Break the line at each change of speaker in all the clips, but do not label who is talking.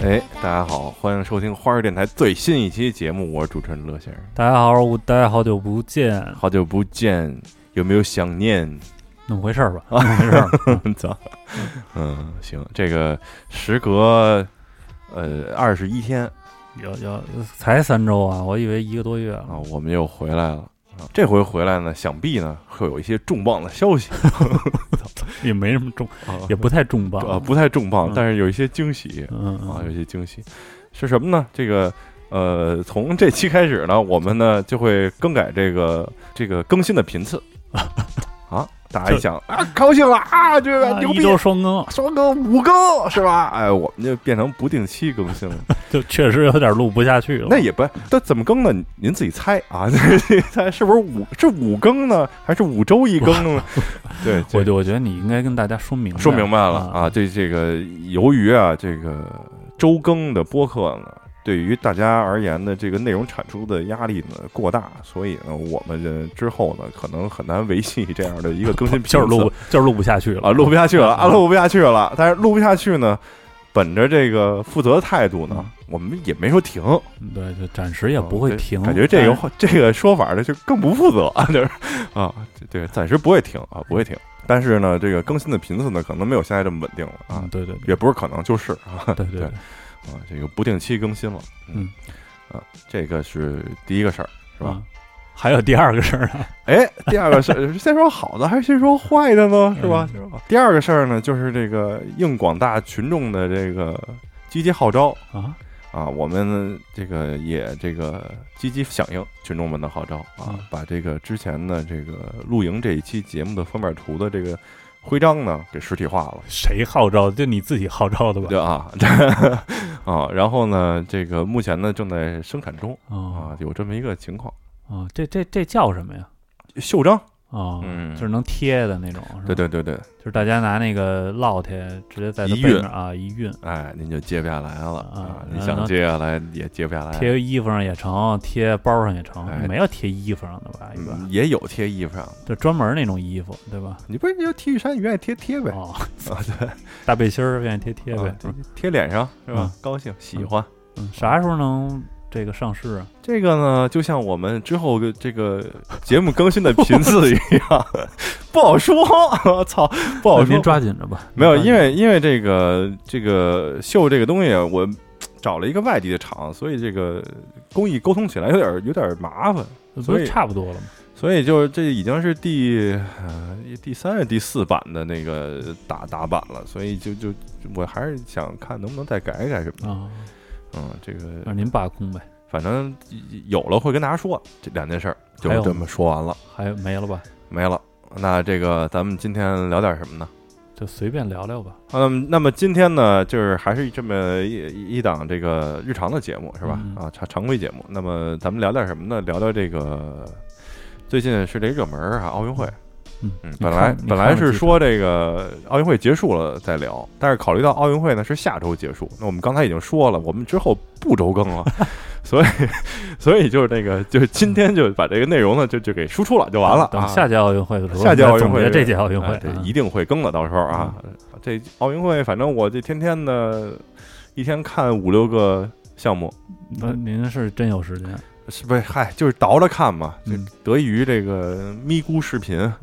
哎，大家好，欢迎收听花儿电台最新一期节目，我是主持人乐先生，
大家好，我大家好久不见，
好久不见，有没有想念？
那么回事儿 吧？那么回事儿吧。
操， 嗯，行，这个时隔呃二十一天
有有才三周啊，我以为一个多月
啊
了。，
我们又回来了。啊这回回来呢，想必呢会有一些重磅的消息，
也没什么重，
啊
也不太重磅。
啊不太重磅
哦嗯，
但是有一些惊喜
嗯
啊，有
嗯
一些惊喜是什么呢？这个呃，从这期开始呢，我们呢就会更改这个这个更新的频次啊。大家一想啊，高兴了啊，这个
啊
牛
一
逼，
周双更
双更五更是吧？哎，我们就变成不定期更 新了。
就确实有点录不下去了。
那也不，这怎么更呢？您自己猜啊， 自己猜是不是五是五更呢，还是五周一更呢？ 对，
我
这
就我觉得你应该跟大家说明
说明白了
啊。
啊。这这个由于啊，这个周更的播客呢，对于大家而言的这个内容产出的压力呢过大，所以呢，我们这之后呢，可能很难维系这样的一个更新频次，
就是录不就是录不下去了
啊，录不下去了啊，
嗯
录不下去了。但是录不下去呢，本着这个负责的态度呢，我们也没说停，
对，就暂时嗯也不
嗯
会
对
停。哎
感觉这个
但
话这个说法呢，就更不负责啊，就是啊，对，暂时不会停啊，不会停。但是呢，这个更新的频次呢，可能没有现在这么稳定了啊
嗯，，对对对
也不是可能，就是啊，
对对
对， 啊，这个不定期更新了，
嗯，
啊，这个是第一个事儿，是
是
吧？？
嗯还有第二个事儿呢，
哎，第二个事儿， 先说好的还是先说坏的呢？ 是吧
嗯？
先说好第二个事儿呢，就是这个应广大群众的这个积极号召
啊，
啊，我们这个也这个积极响应群众们的号召啊
嗯，
把这个之前的这个露营这一期节目的封面图的这个徽章呢给实体化了。
谁号召？就你自己号召的吧？
对啊， 啊，然后呢，这个目前呢正在生产中
啊
啊，有这么一个情况，
啊，这这这叫什么呀？
袖章，
啊，
嗯
就是能贴的那种，是吧
对对对对，
就是大家拿那个烙铁直接在它
一
背
熨
面啊一熨，
哎，您就接不下来了
啊
你
那
想
那
接下来也接不下来，
贴衣服上也成，贴包上也成，
哎
没有贴衣服上的吧？一
嗯
般
也有贴衣服上的，
就专门那种衣服，对吧？
你不是就 T 恤衫你愿意贴贴呗，
哦，
啊对，
大背心儿愿意贴贴呗
啊。贴贴脸上是吧
嗯？
高兴喜欢
嗯啥时候能这个上市啊？
这个呢，就像我们之后的这个节目更新的频次一样， 不好说，我操，不好
那您
说。
抓紧着吧。
没有，
您抓
因
紧
为因为这个这个绣这个东西，啊我找了一个外地的厂，所以这个工艺沟通起来有点有点麻烦。
不
所以
是差不多了吗？
所以就是这已经是第呃第三还是第四版的那个打打版了，所以就就我还是想看能不能再改一改什么的。
啊，
嗯，这个
让您把控呗。
反正有了会跟大家说这两件事儿，就
还有吗
这么说完了，
还有没了吧？
没了。那这个咱们今天聊点什么呢？
就随便聊聊吧。
嗯，那么今天呢，就是还是这么一一档这个日常的节目是吧？
嗯
啊，常常规节目。那么咱们聊点什么呢？聊聊这个最近是这热门儿啊，奥运会。
嗯
嗯，
你
本
看
来
你
本
看
来
了
是
几
说这个奥运会结束了再聊，但是考虑到奥运会呢是下周结束，那我们刚才已经说了，我们之后不周更 了，所以所以就是这个就是今天就把这个内容呢就就给输出了就完了
等
啊。
下届奥运会的时候，
下届奥运会
我们再总结这届奥运会
哎这
啊嗯
一定会更的，到时候啊，这奥运会反正我这天天的，一天看五六个项目，
那您是真有时间
是不是？嗨，就是倒着看嘛，就
嗯
得益于这个咪咕视频啊，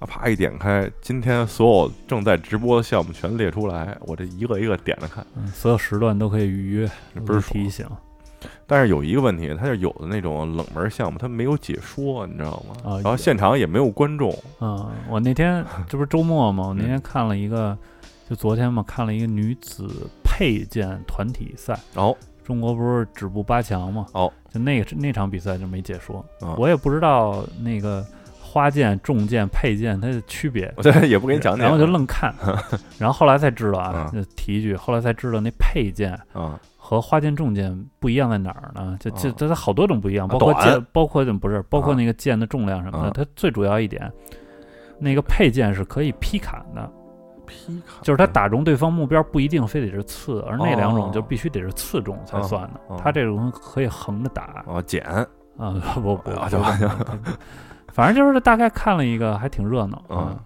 啊？
啪一点开，今天所有正在直播的项目全列出来，我这一个一个点着看，
嗯所有时段都可以预约，
不是爽。
提醒
但是有一个问题，它就有的那种冷门项目，它没有解说，你知道吗？
啊
然后现场也没有观众，
啊！我那天这不是周末吗？我
嗯
那天看了一个，就昨天嘛，看了一个女子佩剑团体赛，
然后
中国不是止步八强嘛？
哦，
就那个那场比赛就没解说
啊，
我也不知道那个花剑、重剑、佩剑它的区别。
我现在也不给你讲解了，
然后就 愣看，然后后来才知道啊
啊，
就提一句，后来才知道那佩剑
啊，
和花剑、重剑不一样在哪儿呢？就就
啊
它它好多种不一样，
啊
包括
短
剑，包括不是，包括
啊
那个剑的重量什么
啊
的。它最主要一点，那个配剑是可以劈砍的，
皮卡
就是它打中对方目标不一定非得是刺，而那两
哦
种就必须得是刺中才算的
哦哦。
它这种可以横着打
啊剪
啊，不不不
啊
不
就完
反正就是大概看了一个，还挺热闹
啊。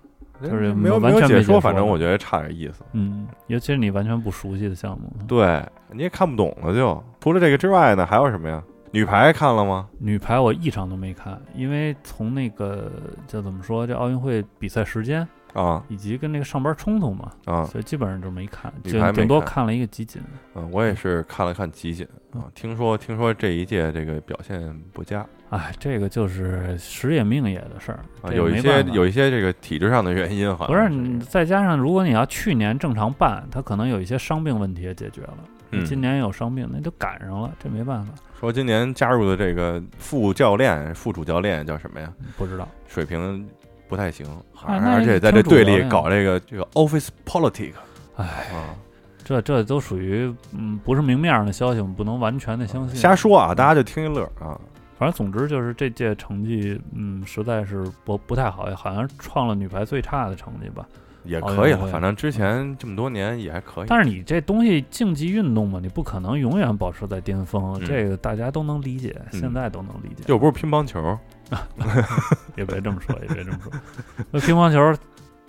就是
没有
完
有
全没
解
解说
反正
了
我觉得差点意思。
嗯，尤其是你完全不熟悉的项目，
对，你也看不懂了就。除了这个之外呢，还有什么呀？女排看了吗？
女排我一场都没看，因为从那个叫怎么说，这奥运会比赛时间
啊
以及跟那个上班冲突嘛，
啊
所以基本上就没看，
女
就
排没
顶多
看
看了一个集锦。
嗯，我也是看了看集锦啊，听说听说这一届这个表现不佳
哎，这个就是时也命也的事儿，
啊，
这
有
没
一些
办法
有一些这个体制上的原因，好
不
像
是，
是
你再加上如果你要去年正常办，它可能有一些伤病问题也解决了。
嗯
今年有伤病，那就赶上了，这没办法。
说今年加入的这个副教练、副主教练叫什么呀？
不知道，
水平不太行，
啊
而
那
而
是
且
个
在
挺
这
主
队
流
里
呀
搞这个这个 office politic，
哎，
啊，
这这都属于嗯，不是明面上的消息，我们不能完全的相信。嗯
瞎说啊，大家就听一乐啊。
反正总之就是这届成绩，嗯，实在是不不太好，好像创了女排最差的成绩吧。
也
奥运
可以了，
会
反正之前这么多年也还可以。
但是你这东西竞技运动嘛，你不可能永远保持在巅峰，
嗯
这个大家都能理解，
嗯
现在都能理解。
又不是乒乓球，
也别这么说，也别这么说。那乒乓球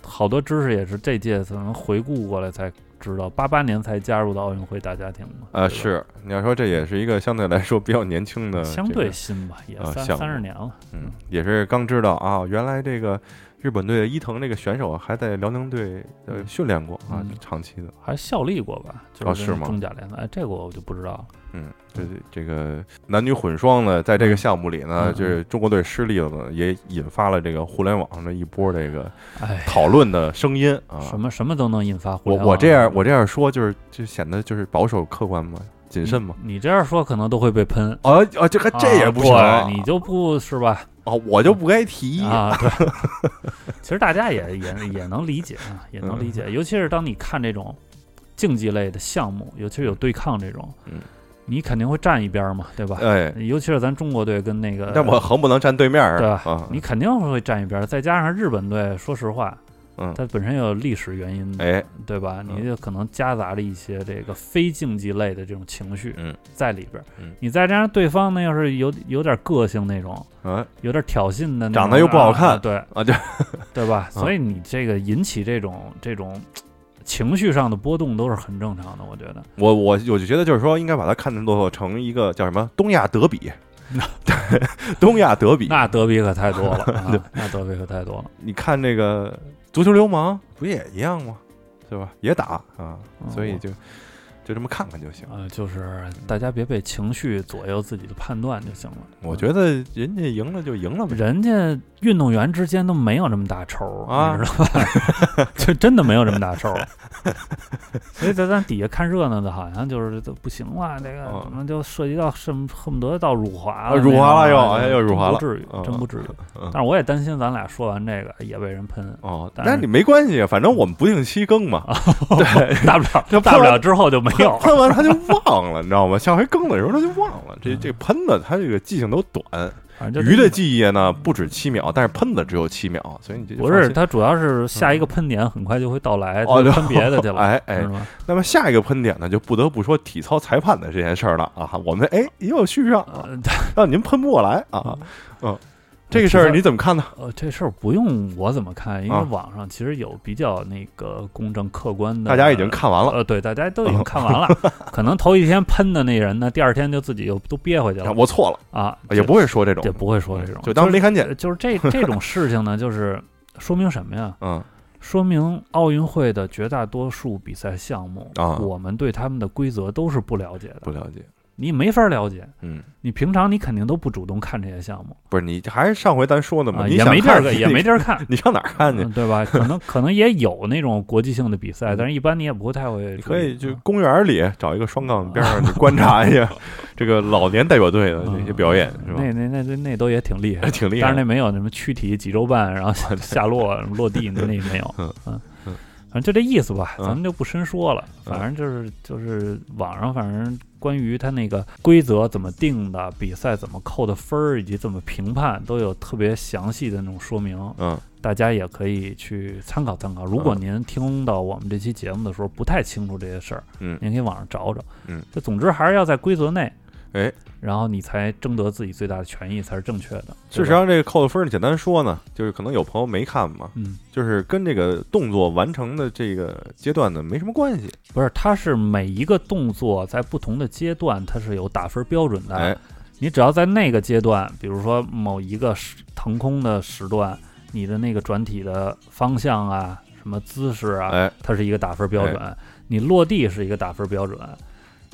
好多知识也是这届才能回顾过来才知道，八八年才加入的奥运会大家庭嘛。
呃，
对吧
是你要说这也是一个相对来说比较年轻的这个，
相对新吧，也
呃
三
项目
三十年了。
嗯，也是刚知道啊，原来这个日本队的伊藤这个选手还在辽宁队呃
嗯
训练过啊，
嗯
长期的，
还效力过吧？就
哦
是
是
跟
吗
中甲联赛，哎，这个我就不知道了。
嗯，这这个男女混双呢，在这个项目里呢，
嗯
就是中国队失利了呢，也引发了这个互联网上的一波这个
哎，
讨论的声音啊。
什么什么都能引发互
我
联网。啊
我这样我这样说就是就显得就是保守客观嘛，谨慎嘛。
你这样说可能都会被喷。
啊啊，这个这也
啊
不行啊，
对你就不是吧？
啊，我就不该提
啊，对。 其实大家也也也能理解啊，也能理解。
嗯
尤其是当你看这种竞技类的项目，尤其是有对抗这种，
嗯
你肯定会站一边儿嘛，对吧？
哎，
尤其是咱中国队跟那个，
但我横不能站对面儿
呃对吧
啊，
你肯定会站一边儿。再加上日本队，说实话，
嗯
它本身有历史原因，
哎，
对吧？
嗯
你就可能夹杂着一些这个非竞技类的这种情绪，
嗯，
在里边儿。
嗯
你再加上对方呢，要是有有点个性那种，
啊
有点挑衅的那种，
长得又不好看
啊对
啊，就 嗯
对吧？所以你这个引起这种这种情绪上的波动都是很正常的，我觉得。
我我我就觉得就是说，应该把它看作成一个叫什么东亚德比， 东亚德比。
那德比可太多 了，啊、那德比可太多了。
你看这个足球流氓不也一样吗？对吧？也打啊，
嗯
所以
我
就就这么看看就行。
呃，就是大家别被情绪左右自己的判断就行了。
我觉得人家赢了就赢了呗。
人家运动员之间都没有这么大仇
啊
你知道吧？ 就真的没有这么大仇。 所以在咱底下看热闹的，好像就是都不行了，这个
嗯
怎么就涉及到甚恨不得到辱华
啊
了那种啊，
辱华了又哎又辱华了
真不至于
嗯，
真不至于。
嗯，
但是我也担心咱俩说完这个也被人喷
哦，
但是
那你没关系，反正我们不定期更嘛。
大不 了
就
大不
喷
了之后就没有
喷喷完他就忘了，你知道吗？下回更的时候他就忘了。这这喷子他这个记性都短，
反嗯正就
鱼的记忆呢不止七秒，但是喷子只有七秒，所以你这就
嗯不
放
是
心嗯
它主要是下一个喷点很快就会到来，
哦
就喷别的去了， 嗯
哎哎
是，吗？
那么下一个喷点呢，就不得不说体操裁判的这件事儿了啊。我们哎也有续上啊，
呃
让您喷不过来啊。嗯，这个事
体
儿
操
你怎么看呢？
呃，这事儿不用我怎么看，因为
啊
网上其实有比较那个公正客观的，
大家已经看完了，
呃，对，大家都已经看完 了，可能头一天喷的那人呢，第二天就自己又都憋回去了
我错了，
啊，
也
就
不会说这种
也，不会说这种，
就当没看见。
呃就是这这种事情呢，就是说明什么呀？
嗯
说明奥运会的绝大多数比赛项目，
啊
我们对他们的规则都是不了解
不
的，
了解。
你没法了解，
嗯，
你平常你肯定都不主动看这些项目
不是你还是上回咱说的嘛，
啊，
你
也
想
没地
看
儿也没地儿看
你，你上哪儿 看去
嗯？对吧？可能 可能也有那种国际性的比赛，
嗯
但是一般你也不太
你
会注
可以
意。啊
去公园里找一个双杠边上去观察一 下这个老年代表队的这些表演，是
嗯
吧？，
那那那那那都也挺厉害
挺厉害
但是那
的。
没有什么躯体几周半，然后下下落什么落地那那没有
嗯。
嗯
嗯
反正就这意思吧，
嗯
咱们就不深说了。
嗯
反正就是就是网上反正关于他那个规则怎么定的，比赛怎么扣的分儿，以及怎么评判，都有特别详细的那种说明。
嗯，
大家也可以去参考参考。如果您听到我们这期节目的时候不太清楚这些事儿，
嗯
您可以网上找找，
嗯，
就总之还是要在规则内，
哎，
然后你才争得自己最大的权益才是正确的。
事实
对吧，
上，这个扣的分儿简单说呢，就是可能有朋友没看嘛，
嗯，
就是跟这个动作完成的这个阶段呢没什么关系。
不是，它是每一个动作在不同的阶段，它是有打分标准的。
哎，
你只要在那个阶段，比如说某一个时腾空的时段，你的那个转体的方向啊，什么姿势啊，
哎，
它是一个打分标准；你落地是一个打分标准，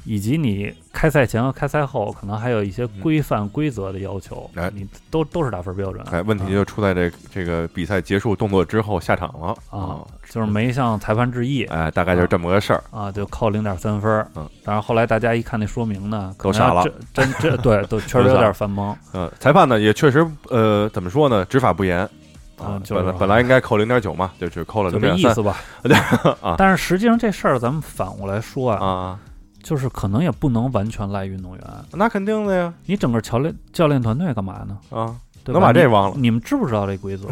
以及你开赛前和开赛后可能还有一些规范规则的要求，
哎
你都都是打分标准。
哎，问题就出在这这个比赛结束动作之后下场了
啊，就是没向裁判致意
哎，大概就是这么个事儿。
啊，就扣零点三分。
嗯，
但是后来大家一看那说明呢，可
都
能要
傻了
真真这对 都确实有点犯懵。
呃，裁判呢也确实，呃，怎么说呢，执法不严啊
嗯，就是
本来本来应该扣零点九嘛，就只扣了
就
零
这
点
意
三。
思吧
啊
但是实际上这事儿咱们反过来说啊，
啊，
就是可能也不能完全赖运动员。
那肯定的呀
你整个教练教练团队干嘛呢？
啊，
对吧？
能把这
你
忘了，
你们知不知道这规则？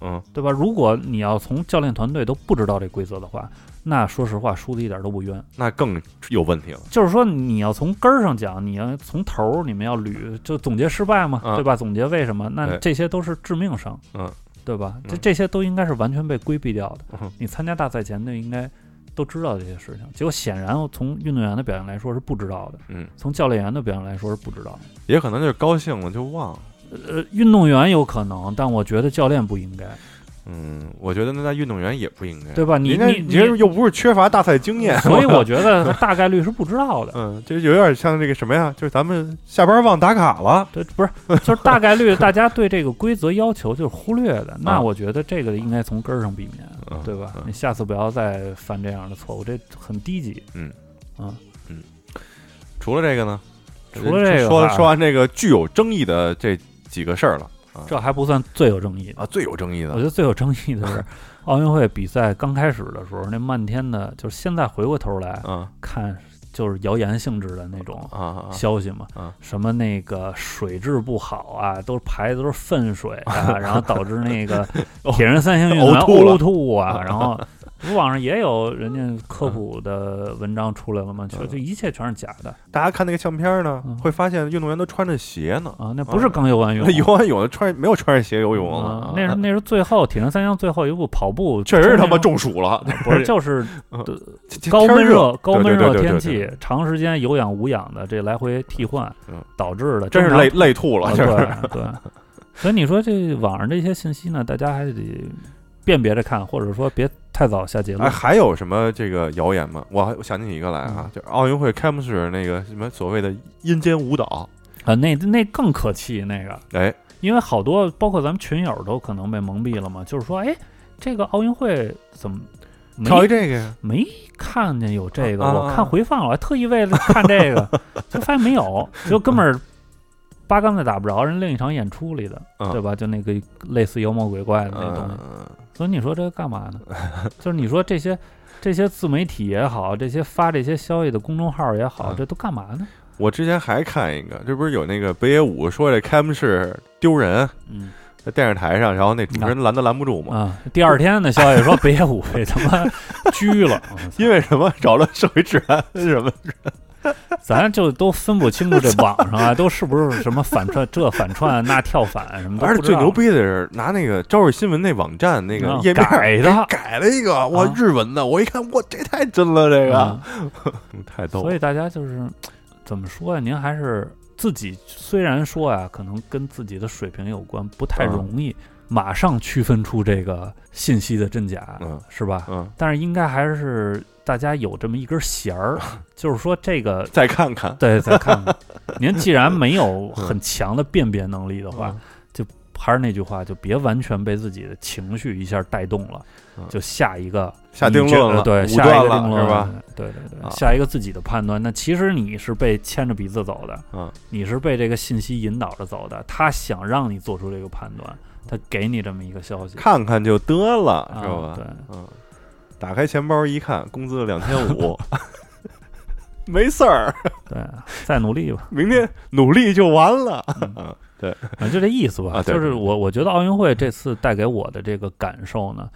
嗯，
对吧？如果你要从教练团队都不知道这规则的话，那说实话输的一点都不冤。
那更有问题了。
就是说，你要从根儿上讲，你要从头儿，你们要捋，就总结失败嘛，
嗯
对吧？总结为什么？那
对
这些都是致命伤，
嗯，
对吧？这
嗯
这些都应该是完全被规避掉的。
嗯
你参加大赛前就应该都知道这些事情，结果显然从运动员的表现来说是不知道的，
嗯，
从教练员的表现来说是不知道的。
也可能就是高兴了就忘了。
呃，运动员有可能，但我觉得教练不应该，
嗯，我觉得那在运动员也不应该。
对吧？你
人家
你
你这又不是缺乏大赛经验，
所以我觉得他大概率是不知道 的。
嗯，这有点像这个什么呀？就是咱们下班忘打卡了，
对，不是，就是大概率大家对这个规则要求就是忽略的。
啊
那我觉得这个应该从根儿上避免，
嗯
对吧？
嗯
你下次不要再犯这样的错误，这很低级。
嗯
啊，
除了这个呢？
除了这个
说
哈
说完这个具有争议的这几个事儿了
这还不算最有争议的。
啊，最有争议
我
的
觉得最有争议的 是奥运会比赛刚开始的时候，那漫天的，就是现在回过头来
啊
看，就是谣言性质的那种
啊啊
消息嘛，
啊
什么那个水质不好啊，都排的都是粪水 啊，然后导致那个铁人三项运动员
哦呕吐了
呕吐啊，然后网上也有人家科普的文章出来了嘛，说
嗯
这一切全是假的
大家看那个相片呢
嗯，
会发现运动员都穿着鞋呢。
啊，那不是刚游完泳
游完泳的穿没有穿着鞋游泳
啊
了，，
那是那是最后铁人三项最后一步跑步，
确实是他妈
冲
中暑了，
那种，不是 就是
天
高闷
天热，
高闷
对
热
对对对
天
对
气，长时间有氧无氧的这来回替换
嗯
导致的，
真是
正常
累累吐
啊
了，就
对
是
对，所以你说这网上这些信息呢，大家还得辨别着看，或者说别太早下结
哎，
论。
还有什么这个谣言吗？我还我想起一个来
嗯
啊，就是奥运会开幕式那个什么所谓的阴间舞蹈，
啊，那那更可气那个，
哎，
因为好多包括咱们群友都可能被蒙蔽了嘛，就是说，哎，这个奥运会怎么没
跳一这个呀，
没看见有这个？
啊啊
我
啊
看回放了，我还特意为了看这个， 就发现没有，就哥们儿
啊
八竿子打不着人另一场演出里的，
嗯
对吧？就那个类似妖魔鬼怪的那东西。
嗯，
所以你说这干嘛呢？ 就是你说这些这些自媒体也好，这些发这些消息的公众号也好，
嗯
这都干嘛呢？
我之前还看一个，这不是有那个北野武说这开幕式丢人，
嗯
在电视台上，然后那主持人拦都拦不住嘛，
啊，第二天的消息说北野武被他妈 拘了，我操
因为什么扰乱社会治安 什么，
咱就都分不清楚这网上啊，都是不是什么反 串这反串那跳反什么的，
而且最牛逼的是拿那个朝日新闻那网站那个
嗯
页面
改的
啊改了一个，哇
啊，
日文的，我一看，哇，这太真了，这个嗯
啊，
太逗
所
了
以，大家就是怎么说呀、您还是自己虽然说啊，可能跟自己的水平有关，不太
嗯
容易马上区分出这个信息的真假，
嗯
是吧？
嗯，
但是应该还是大家有这么一根弦 儿，就是说这个
再看看，
对，再看看。您既然没有 很强的辨别能力的话，
嗯
就还是那句话，就别完全被自己的情绪一下带动了，
嗯
就下一个
下定论了
你觉得对，
武
下
断
一个
了
定论
是吧？
对对对，
啊
下一个自己的判断。那其实你是被牵着鼻子走的，
嗯
你是被这个信息引导着走的。他想让你做出这个判断，他给你这么一个消息，
看看就得了，
啊
知道吧？
对，
嗯，打开钱包一看，工资两千五， 没事儿，
对，再努力吧，
明天努力就完 了。
嗯，反正就这意思吧。
啊对
就是
对
我我觉得奥运会这次带给我的这个感受呢，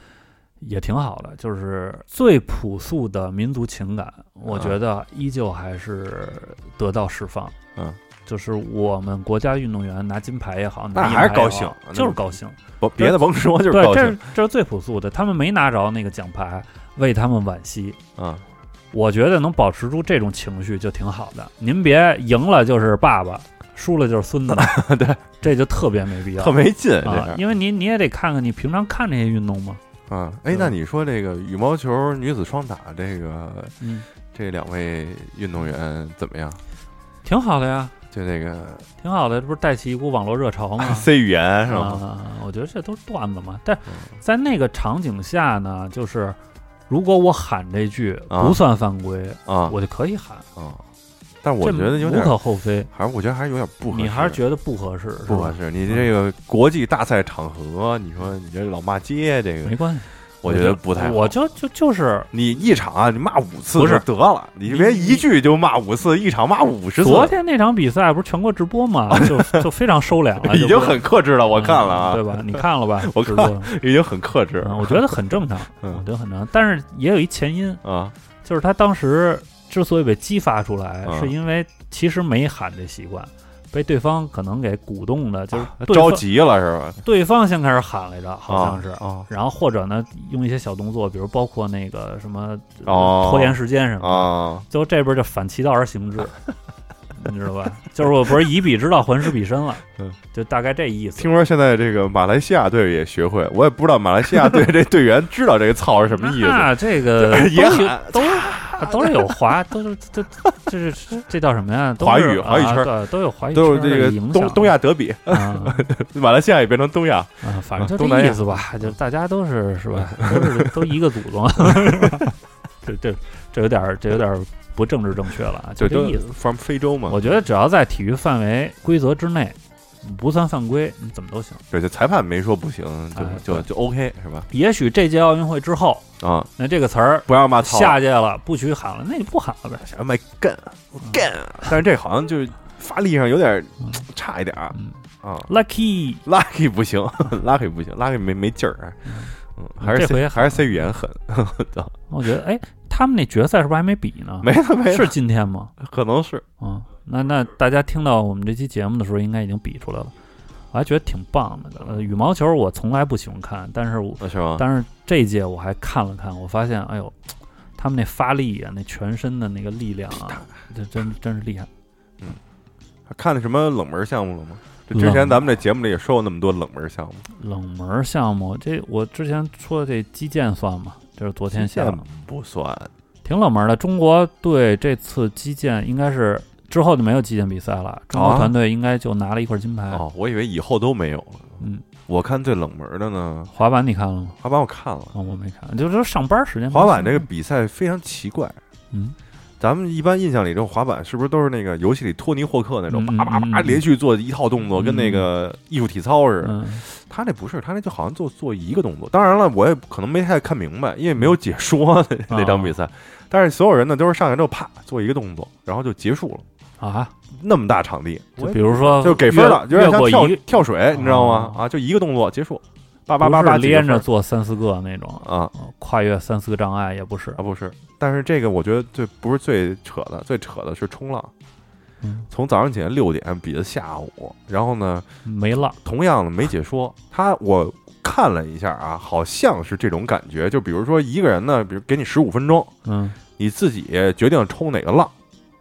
也挺好的，就是最朴素
啊
的民族情感，我觉得依旧还是得到释放。
嗯，
就是我们国家运动员拿金牌也好，
那
拿银
还是
牌也
高
好
兴
啊就是
那
高兴。
不别的甭说，就是
对，
高
这
兴
是这是最朴素的。他们没拿着那个奖牌，为他们惋惜。
啊。
我觉得能保持住这种情绪就挺好的。您别赢了就是爸爸，输了就是孙子，
对，
这就特别没必要
特没劲，这嗯
啊。
是
因为你你也得看看你平常看这些运动嘛，
啊。哎，那你说这个羽毛球女子双打，这个
嗯，
这两位运动员怎么样？
挺好的呀，
就这个
挺好的，这不是带起一股网络热潮吗？
C 语哎言是吧？
啊，我觉得这都是段子嘛。但
嗯
在那个场景下呢，就是如果我喊这句
啊
不算犯规，
啊
我就可以喊，
啊！但我觉得有
这无
点，
可厚非。
还是我觉得还是有点不合适。啊
你还是觉得不合适，是吧
不合适？你这个国际大赛场合，你说你这老骂街，这
没
个
关系，
我觉
就
得不太好。
我就就就是
你一场啊，你骂五次
不是
就得了，你别一句就骂五次，一场骂五十次，
昨天那场比赛不是全国直 播嘛，就就非常收敛了，
已
啊就
经
不
很克制了。我看了
嗯对
啊，
吧？你看了吧
？我
直
看
播
已经很克制
嗯我觉得很正常，
嗯
我觉得很正常。但是也有一前因，
啊
就是他当时之所以被激发出来，
嗯
是因为其实没喊这习惯，被对方可能给鼓动的，就是啊
啊
对
着
方
急了是吧？
对方先开始喊来着，好像是。
啊
然后或者呢，用一些小动作，比如包括那个什么、呃
哦
拖延时间什么的，
啊
最后这边就反其道而行 之，你知道吧？就是我不是以彼之道还施彼身了，
嗯，
就大概这意思
听。说现在这个马来西亚队也学会，我也不知道马来西亚队 这队员知道这个“操”是什么意思。
那啊这个
也
都有
喊
都 都是有华，都是这这是这叫什么呀？都是
华语
啊
华语圈儿
对，都有华语
都是
圈儿
这
的
个
影
东
响
东亚德比，
啊
马来西亚也变成东亚，
啊，反正就
东南
这
亚
意思吧，就大家都是是吧？都是都一个祖宗， 这这这有点儿这有点儿不政治正确了啊，就
对，
这
都
意思。
from 非洲嘛。
我觉得只要在体育范围规则之内，不算犯规，你怎么都行。
对，就裁判没说不行，
哎
就就就 OK 是吧？
也许这届奥运会之后，
啊，
那这个词儿
不要骂操，
下届了，不许喊了，那就不喊了呗。
想要卖干干，但是这好像就是发力上有点儿
嗯
差一点儿
嗯
啊。
Lucky，
Lucky 不行，Lucky 不行，Lucky 没没劲儿，嗯，还是
这回
C,
也
还是 C 语言狠，
我觉得哎，他们那决赛是不是还没比呢？
没了没了，
是今天吗？
可能是
嗯，那那大家听到我们这期节目的时候，应该已经比出来了。我还觉得挺棒的。呃，羽毛球我从来不喜欢看，但是我
啊是吗？
但是这一届我还看了看，我发现，哎呦，他们那发力啊，那全身的那个力量啊，这真真是厉害。
看的什么冷门项目了吗？这之前
冷
咱们这节目里也说过那么多冷门项目，
冷门项目，这我之前说的这击剑算吗？就是昨天下午
不算，
挺冷门的。中国队这次击剑应该是之后就没有击剑比赛了，中国
啊
团队应该就拿了一块金牌。
哦，我以为以后都没有了。
哎嗯，
我看最冷门的呢，
滑板你看了吗？
滑板我看了
啊、，我没看，就是说上班时间。
滑板这个，比赛非常奇怪。
嗯，
咱们一般印象里，这种滑板是不是都是那个游戏里托尼霍克那种，
嗯嗯
叭叭叭
嗯嗯
连续做一套动作，跟那个艺术体操似的？
嗯，
他那不是，他那就好像做做一个动作。当然了，我也可能没太看明白，因为没有解说那那场比
嗯
赛。但是所有人呢都是上来之后啪做一个动作，然后就结束了。
啊，
那么大场地，
就
我也
比嗯如说，
就给分了，有
越
点
越
像
过
跳
一，
跳水，你知道吗？
哦
啊，就一个动作结束，叭叭
不
叭叭
是
几个
连
分
着
儿
做三四个那种，
啊
呃跨越三四个障碍也不是
啊。不是。但是这个我觉得最不是最扯的，最扯的是冲浪，
嗯，
从早上起来六点比到下午，然后呢，
没浪，
同样的没解说，他我看了一下啊，好像是这种感觉，就比如说一个人呢，比如给你十五分钟，
嗯
你自己决定冲哪个浪，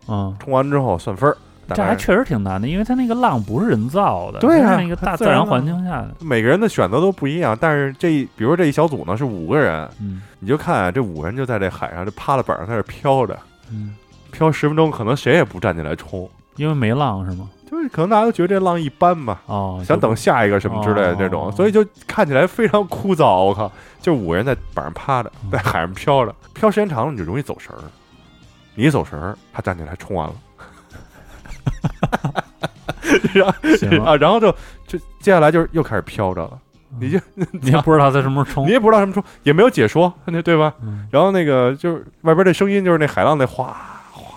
嗯，
冲完之后算分儿。大
这
概
还确实挺难的，因为它那个浪不是人造的，
对啊
它是那个大
自
自
然
然
浪
环境下的，
每个人的选择都不一样，但是这一比如说这一小组呢是五个人，
嗯
你就看、这五个人就在这海上，就趴在板上在这飘着，
嗯，
飘十分钟，可能谁也不站起来冲，
因为没浪是吗？
就是可能大家都觉得这浪一般吧，
哦，
想
就
等下一个什么之类的这种，
哦
所以就看起来非常枯燥。我靠，就五个人在板上趴着，
嗯
在海上飘着，飘时间长了你就容易走神儿，你一走神儿，他站起来冲完了。然后
行，
啊，然后就就接下来就是又开始飘着了，你就
嗯 你也不知道它什么时候冲
你，也不知道什么冲，也没有解说，那对吧？
嗯
然后那个就是外边这声音就是那海浪那哗哗，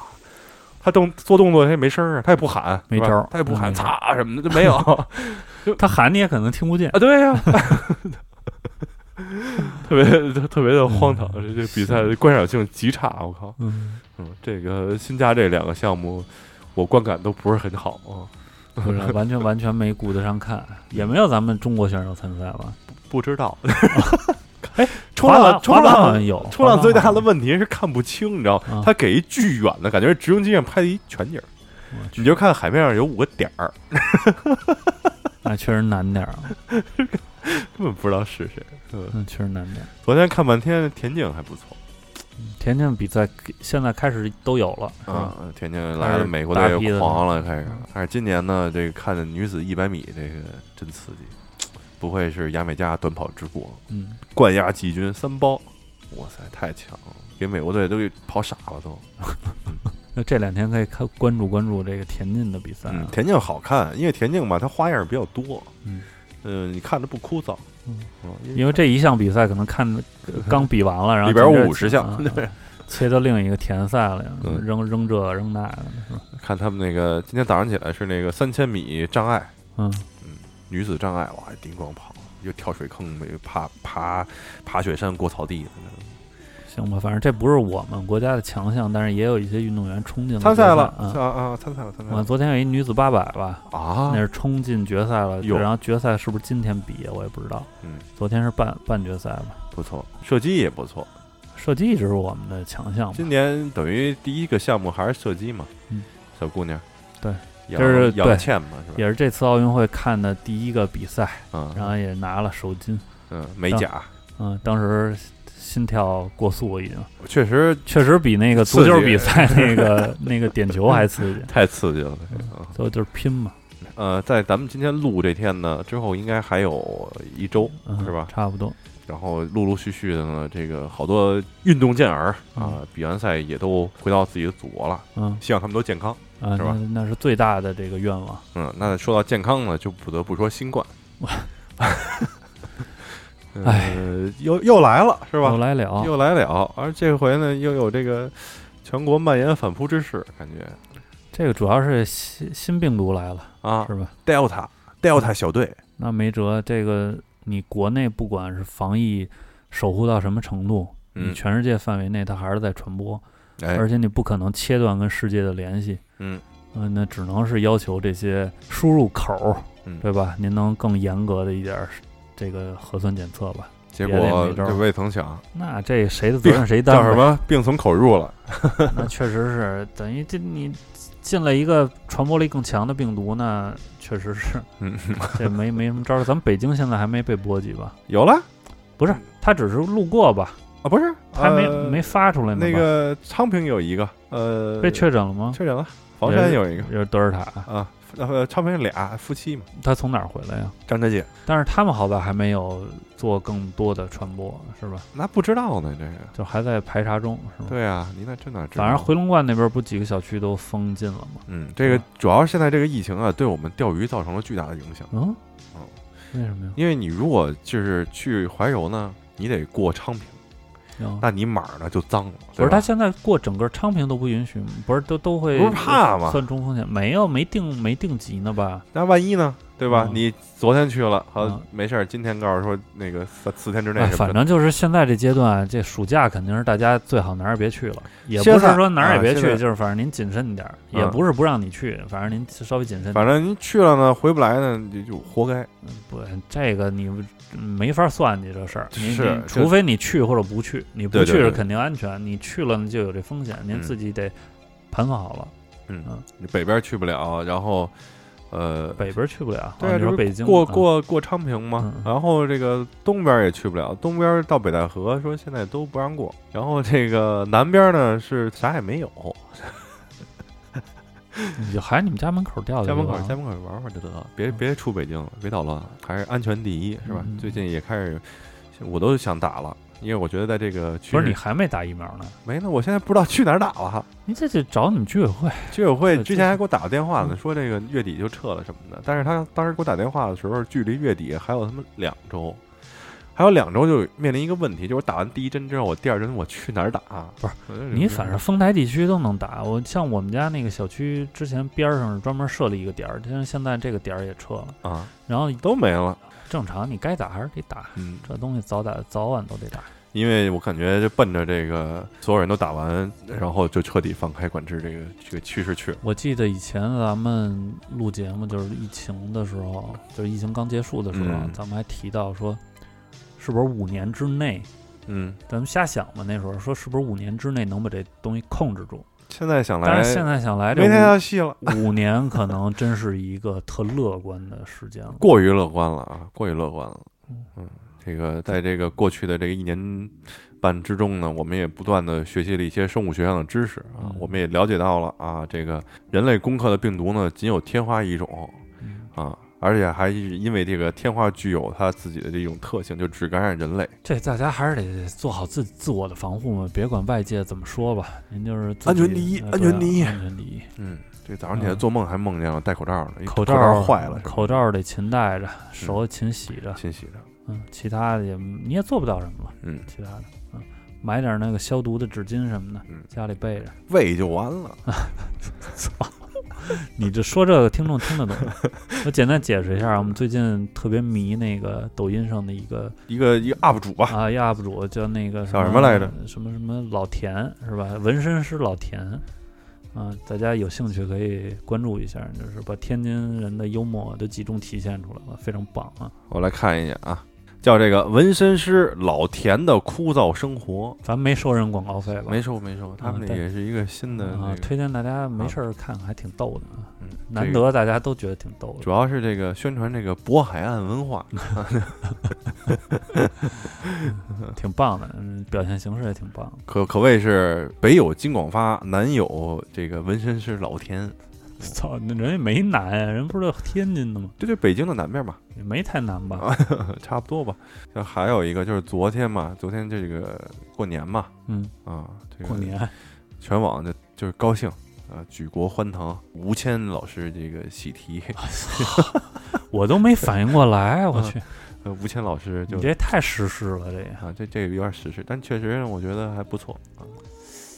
他动做动作他也没声儿啊，他也不喊，
没
是吧
招儿
他也不喊
嗯
擦什么的，就没有啊，
它喊你也可能听不见。
对 呀、特别特别的荒唐，这 这比赛的观赏性极差，我靠，
嗯，
嗯，这个新加这两个项目，我观感都不是很好啊，
不是完全完全没顾得 上看，也没有咱们中国选手参赛吧？
不知 道。
哎，
冲
滑
浪，
板
冲
滑板好
浪
像有，
冲浪最啊大的
滑板
问题是看不清，你知道吗
啊？
他给一巨远的感觉，直升机上拍一全景儿，
好像我去
你就看海面上有五个点儿，
那确实难点儿啊，
根本不知道是谁。嗯，
那确实难点儿。
昨天看半天田径还不错
田径比赛现在开始都有了，是吧？
啊，田径
嗯开
来
始
了美国
大批
队
的
狂了，开始
嗯。
但是今年呢，这个看的女子一百米这个真刺激，不会是牙买加短跑之国，
嗯，
冠亚季军三包，哇塞，太强了，给美国队都给跑傻了都。
那这两天可以看关注关注这个田径的比赛
嗯
啊，。
田径好看，因为田径吧，它花样比较多，
嗯，
呃，你看着不枯燥，
嗯
嗯，
因为这一项比赛可能看呃刚比完了，然后
里边
紧接着
50项
啊切到另一个田赛了，
嗯
扔扔这扔那的，是吧？
看他们那个今天早上起来是那个三千米障碍，
嗯，
女子障碍，哇，叮咣跑，又跳水坑，又爬爬爬雪山，过草地的。
行吧，反正这不是我们国家的强项，但是也有一些运动员冲进了
参赛了
决赛
啊
啊。
啊，参赛了，参赛
我
了
昨天有一女子八百吧，
啊
那！是冲进决赛了，
哟
然后决赛是不是今天比我也不知道。
嗯，
昨天是半半决赛吧。
不错，射击也不错。
射击一直是我们的强项嘛，
今年等于第一个项目还是射击嘛，
嗯，
小姑娘，
对
杨，
就是对
杨倩嘛，是吧？
也是这次奥运会看的第一个比赛，然
嗯
后也拿了首金。
嗯，美甲
嗯，当时心跳过速已经，
确实
确实比那个足球比 赛那个那个点球还刺激，
太刺激了。这个啊
所以就是拼嘛，
呃，在咱们今天录这天呢之后，应该还有一周，
嗯，
是吧
差不多，
然后陆陆续续的呢，这个好多运动健儿啊
嗯，
比完赛也都回到自己的祖国了，
嗯
希望他们都健康。
啊，
是
那
吧
那是最大的这个愿望。
嗯，那说到健康呢，就不得不说 新冠。
唉
呃，又又来了，是吧
哎又？来了，
又来了，而这回呢，又有这个全国蔓延反扑之势，感觉
这个主要是新新病毒来了，
啊
是嗯吧？
，Delta Delta 小队，
那没辙，这个你国内不管是防疫守护到什么程度，你
嗯，
全世界范围内它还是在传播，
哎，
而且你不可能切断跟世界的联系，
嗯
嗯、那只能是要求这些输入口儿，
嗯
对吧？您能更严格的一点儿这个核酸检测吧？
结
也得
果
没招儿
就未曾想，
那这谁的责任谁担
哎叫
呗？
什么病从口入了，
那确实是等于这你进了一个传播力更强的病毒，那确实是
嗯，
这没没什么招儿。咱们北京现在还没被波及吧？
有了
不是，他只是路过吧，
啊，不是，
他没、
呃
没发出来呢吧
那个昌平有一个，呃，
被确诊了吗？
确诊了，房山有一个
也是德尔塔，
啊，呃，昌平俩夫妻嘛，
他从哪儿回来呀、
张家界，
但是他们好歹还没有做更多的传播，是吧？
那不知道呢，这个，
就还在排查中，是吧？
对啊，你那这哪知道？
反正回龙观那边不几个小区都封禁了吗？
嗯，这个
啊
主要是现在这个疫情啊，对我们钓鱼造成了巨大的影响，
嗯
哦，
为什么呀？
因为你如果就是去怀柔呢，你得过昌平，
哦
那你码儿呢就脏了，
不是
对吧
他现在过整个昌平都不允许吗，不是都都会
不是怕吗
算冲风险没有没定没定级呢吧？
那万一呢？对吧？
嗯
你昨天去了，好
嗯
没事儿，今天告诉说那个三四天之内
哎，
什么
反
的，
正就是现在这阶段，这暑假肯定是大家最好哪儿也别去了，也
现
不是
在
说哪儿也
啊
别
现
去，
在
就是反正您谨慎点儿，也
嗯
不是不让你去，反正您稍微谨慎点儿。
反正您去了呢，回不来呢，你就活该。
不，这个你没法算计这事儿，你
是
你
就
除非你去或者不去，你不
对
去
对
是
对
肯定安全，你去了你就有这风险，您
嗯
自己得盘算好了。
嗯
嗯，
你北边去不了，然后呃，
北边去不了，
对
啊
啊，
你
就
说
是
北京
过
啊
过过昌平嘛
嗯，嗯
然后这个东边也去不了，东边到北戴河说现在都不让过，然后这个南边呢是啥也没有，
你就还你们家门口掉下去
家门口
吧
家门口玩玩就得了，别别出北京了，别捣乱了，还是安全第一是吧
嗯嗯嗯？
最近也开始，我都想打了，因为我觉得在这个区
不是你还没打疫苗呢，
没呢，我现在不知道去哪儿打了。
你这得找你们居委会。
居委会
对嗯
之前还给我打过电话呢，说这个月底就撤了什么的。但是他当时给我打电话的时候，距离月底还有他妈两周，还有两周就面临一个问题，就是我打完第一针之后，我第二针我去哪儿打？
不是
我就觉得
你反正丰台地区都能打，我像我们家那个小区之前边儿上是专门设立一个点儿，但是现在这个点儿也撤了，
啊
然后
都没了，
正常你该打还是得打，
嗯，
这东西早打早晚都得打。
因为我感觉就奔着这个所有人都打完，然后就彻底放开管制这个这个趋势去了。
我记得以前咱们录节目，就是疫情的时候，就是疫情刚结束的时候，
嗯
咱们还提到说，是不是五年之内，
嗯，
咱们瞎想嘛，那时候说是不是五年之内能把这东西控制住？
现在想来
但是现在想来，这
没太大
五
戏了，
五年可能真是一个特乐观的时间了。
过于乐观了啊，过于乐观了
嗯。
嗯，这个在这个过去的这个一年半之中呢，我们也不断的学习了一些生物学上的知识啊
嗯，
我们也了解到了啊，这个人类攻克的病毒呢，仅有天花一种，
嗯
啊，而且还是因为这个天花具有它自己的这种特性，就只感染人类。
这大家还是得做好自自我的防护嘛，别管外界怎么说吧，您就是自己
安全第一
呃
安全第一
对啊安全第一。
嗯，这早上起来
嗯
做梦还梦见了戴口罩呢，一
口
罩嗯
罩
坏了是吧，嗯
口罩得勤戴着，手勤洗着，
清洗的。
嗯，其他的也你也做不到什么了，
嗯，
其他的，嗯，买点那个消毒的纸巾什么的，
嗯
家里备 着。
喂就完了。
你这说这个听众听 得懂吗？我简单解释一下，我们最近特别迷那个抖音上的一个
一个一个 UP 主吧，
啊一 UP 主叫那个
叫什么来着？
什么什么老田是吧？纹身师老田啊，大家有兴趣可以关注一下，就是把天津人的幽默都集中体现出来了，非常棒啊！
我来看一眼啊，叫这个纹身师老田的枯燥生活。
咱没收人广告费吧？
没收没收，他们
啊
这
对
也是一个新的这
啊，
个，
推荐大家没事儿看看，还挺逗的啊，
嗯
难。
这个
得大家都觉得挺逗的
主。要是这个宣传这个渤海岸文化，
嗯挺棒的，嗯，表现形式也挺棒的。
可可谓是北有金广发，南有这个纹身师老田，
操，那人也没难呀，人不是天津的吗？
这就北京的南边嘛。
也没太难吧？
啊差不多吧。然后还有一个就是昨天嘛，昨天这个过年嘛，
嗯，
啊，这个
过年
全网就就是高兴啊，举国欢腾。吴谦老师这个喜提，
我都没反应过来，我去，
呃吴谦老师就
你这太实施了，这也。
啊，这这个有点实事，但确实让我觉得还不错啊。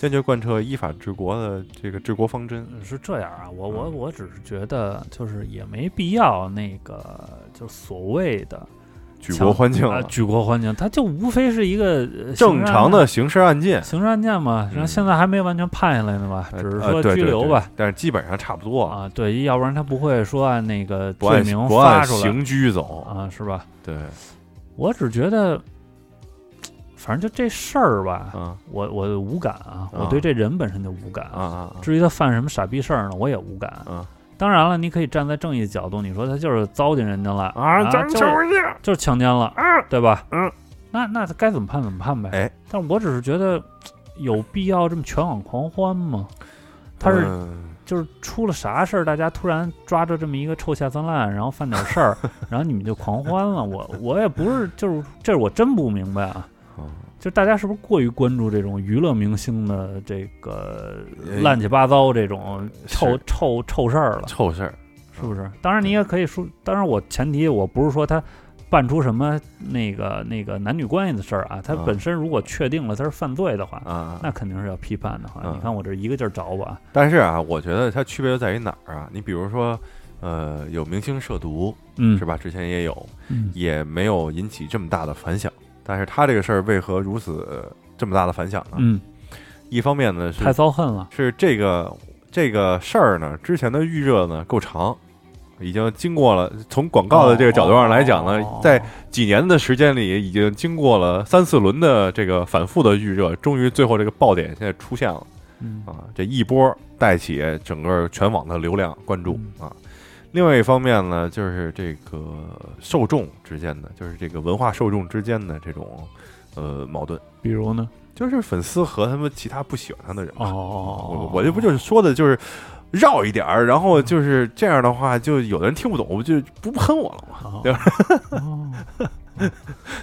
坚决贯彻依法治国的这个治国方针，
是这样啊，我我
嗯
我只是觉得，就是也没必要那个，就是所谓的
举国欢庆
啊
了，
举国欢庆，它就无非是一个呃
正常的刑事案件，
刑事案件嘛，然后
嗯
现在还没完全判下来呢吧，
呃
只是
呃
说
对
拘
对
留
对
吧。
但是基本上差不多，
啊，对，要不然他不会说按那个
不按
罪名
不按
发出来
刑拘走，
啊，是吧？
对，
我只觉得，反正就这事儿吧，
啊
我我无感啊，
啊
我对这人本身就无感
啊。啊
至于他犯什么傻逼事儿呢，我也无感。
啊
当然了，你可以站在正义角度，你说他就是糟践人家了
啊啊！咱们瞅
就
瞅
就是强奸了，对吧？
嗯，
那那他该怎么判怎么判呗。
哎，
但我只是觉得有必要这么全网狂欢吗？他是
嗯
就是出了啥事儿，大家突然抓着这么一个臭下三滥，然后犯 点事儿，然后你们就狂欢了。我我也不是，就是这是我真不明白啊，
哦
就大家是不是过于关注这种娱乐明星的这个
呃
乱七八糟这种臭
是嗯
臭臭事儿了，
臭事儿，
是不是？当然你也可以说，当然我前提我不是说他。办出什么那个那个男女关系的事儿啊？他
啊
本身如果确定了他是犯罪的话，
啊
那肯定是要批判的话。
啊
你看我这一个劲儿找我啊，
但是啊，我觉得它区别就在于哪儿啊？你比如说，呃，有明星涉毒
嗯，
是吧？之前也有，
嗯？
也没有引起这么大的反响。但是他这个事儿为何如此呃这么大的反响呢？
嗯，
一方面呢
太
是
遭恨了。
是这个这个事儿呢，之前的预热呢够长。已经经过了，从广告的这个角度上来讲呢，
哦
在几年的时间里，已经经过了三四轮的这个反复的预热，终于最后这个爆点现在出现了。
嗯
啊，这一波带起整个全网的流量关注
嗯
啊。另外一方面呢，就是这个受众之间的，就是这个文化受众之间的这种呃矛盾，
比如呢？
就是粉丝和他们其他不喜欢他的人嘛。啊我
哦
我这不就是说的就是绕一点儿，然
嗯
后就是这样的话，就有的人听不懂，我就不喷我了嘛。
哦
对
哦，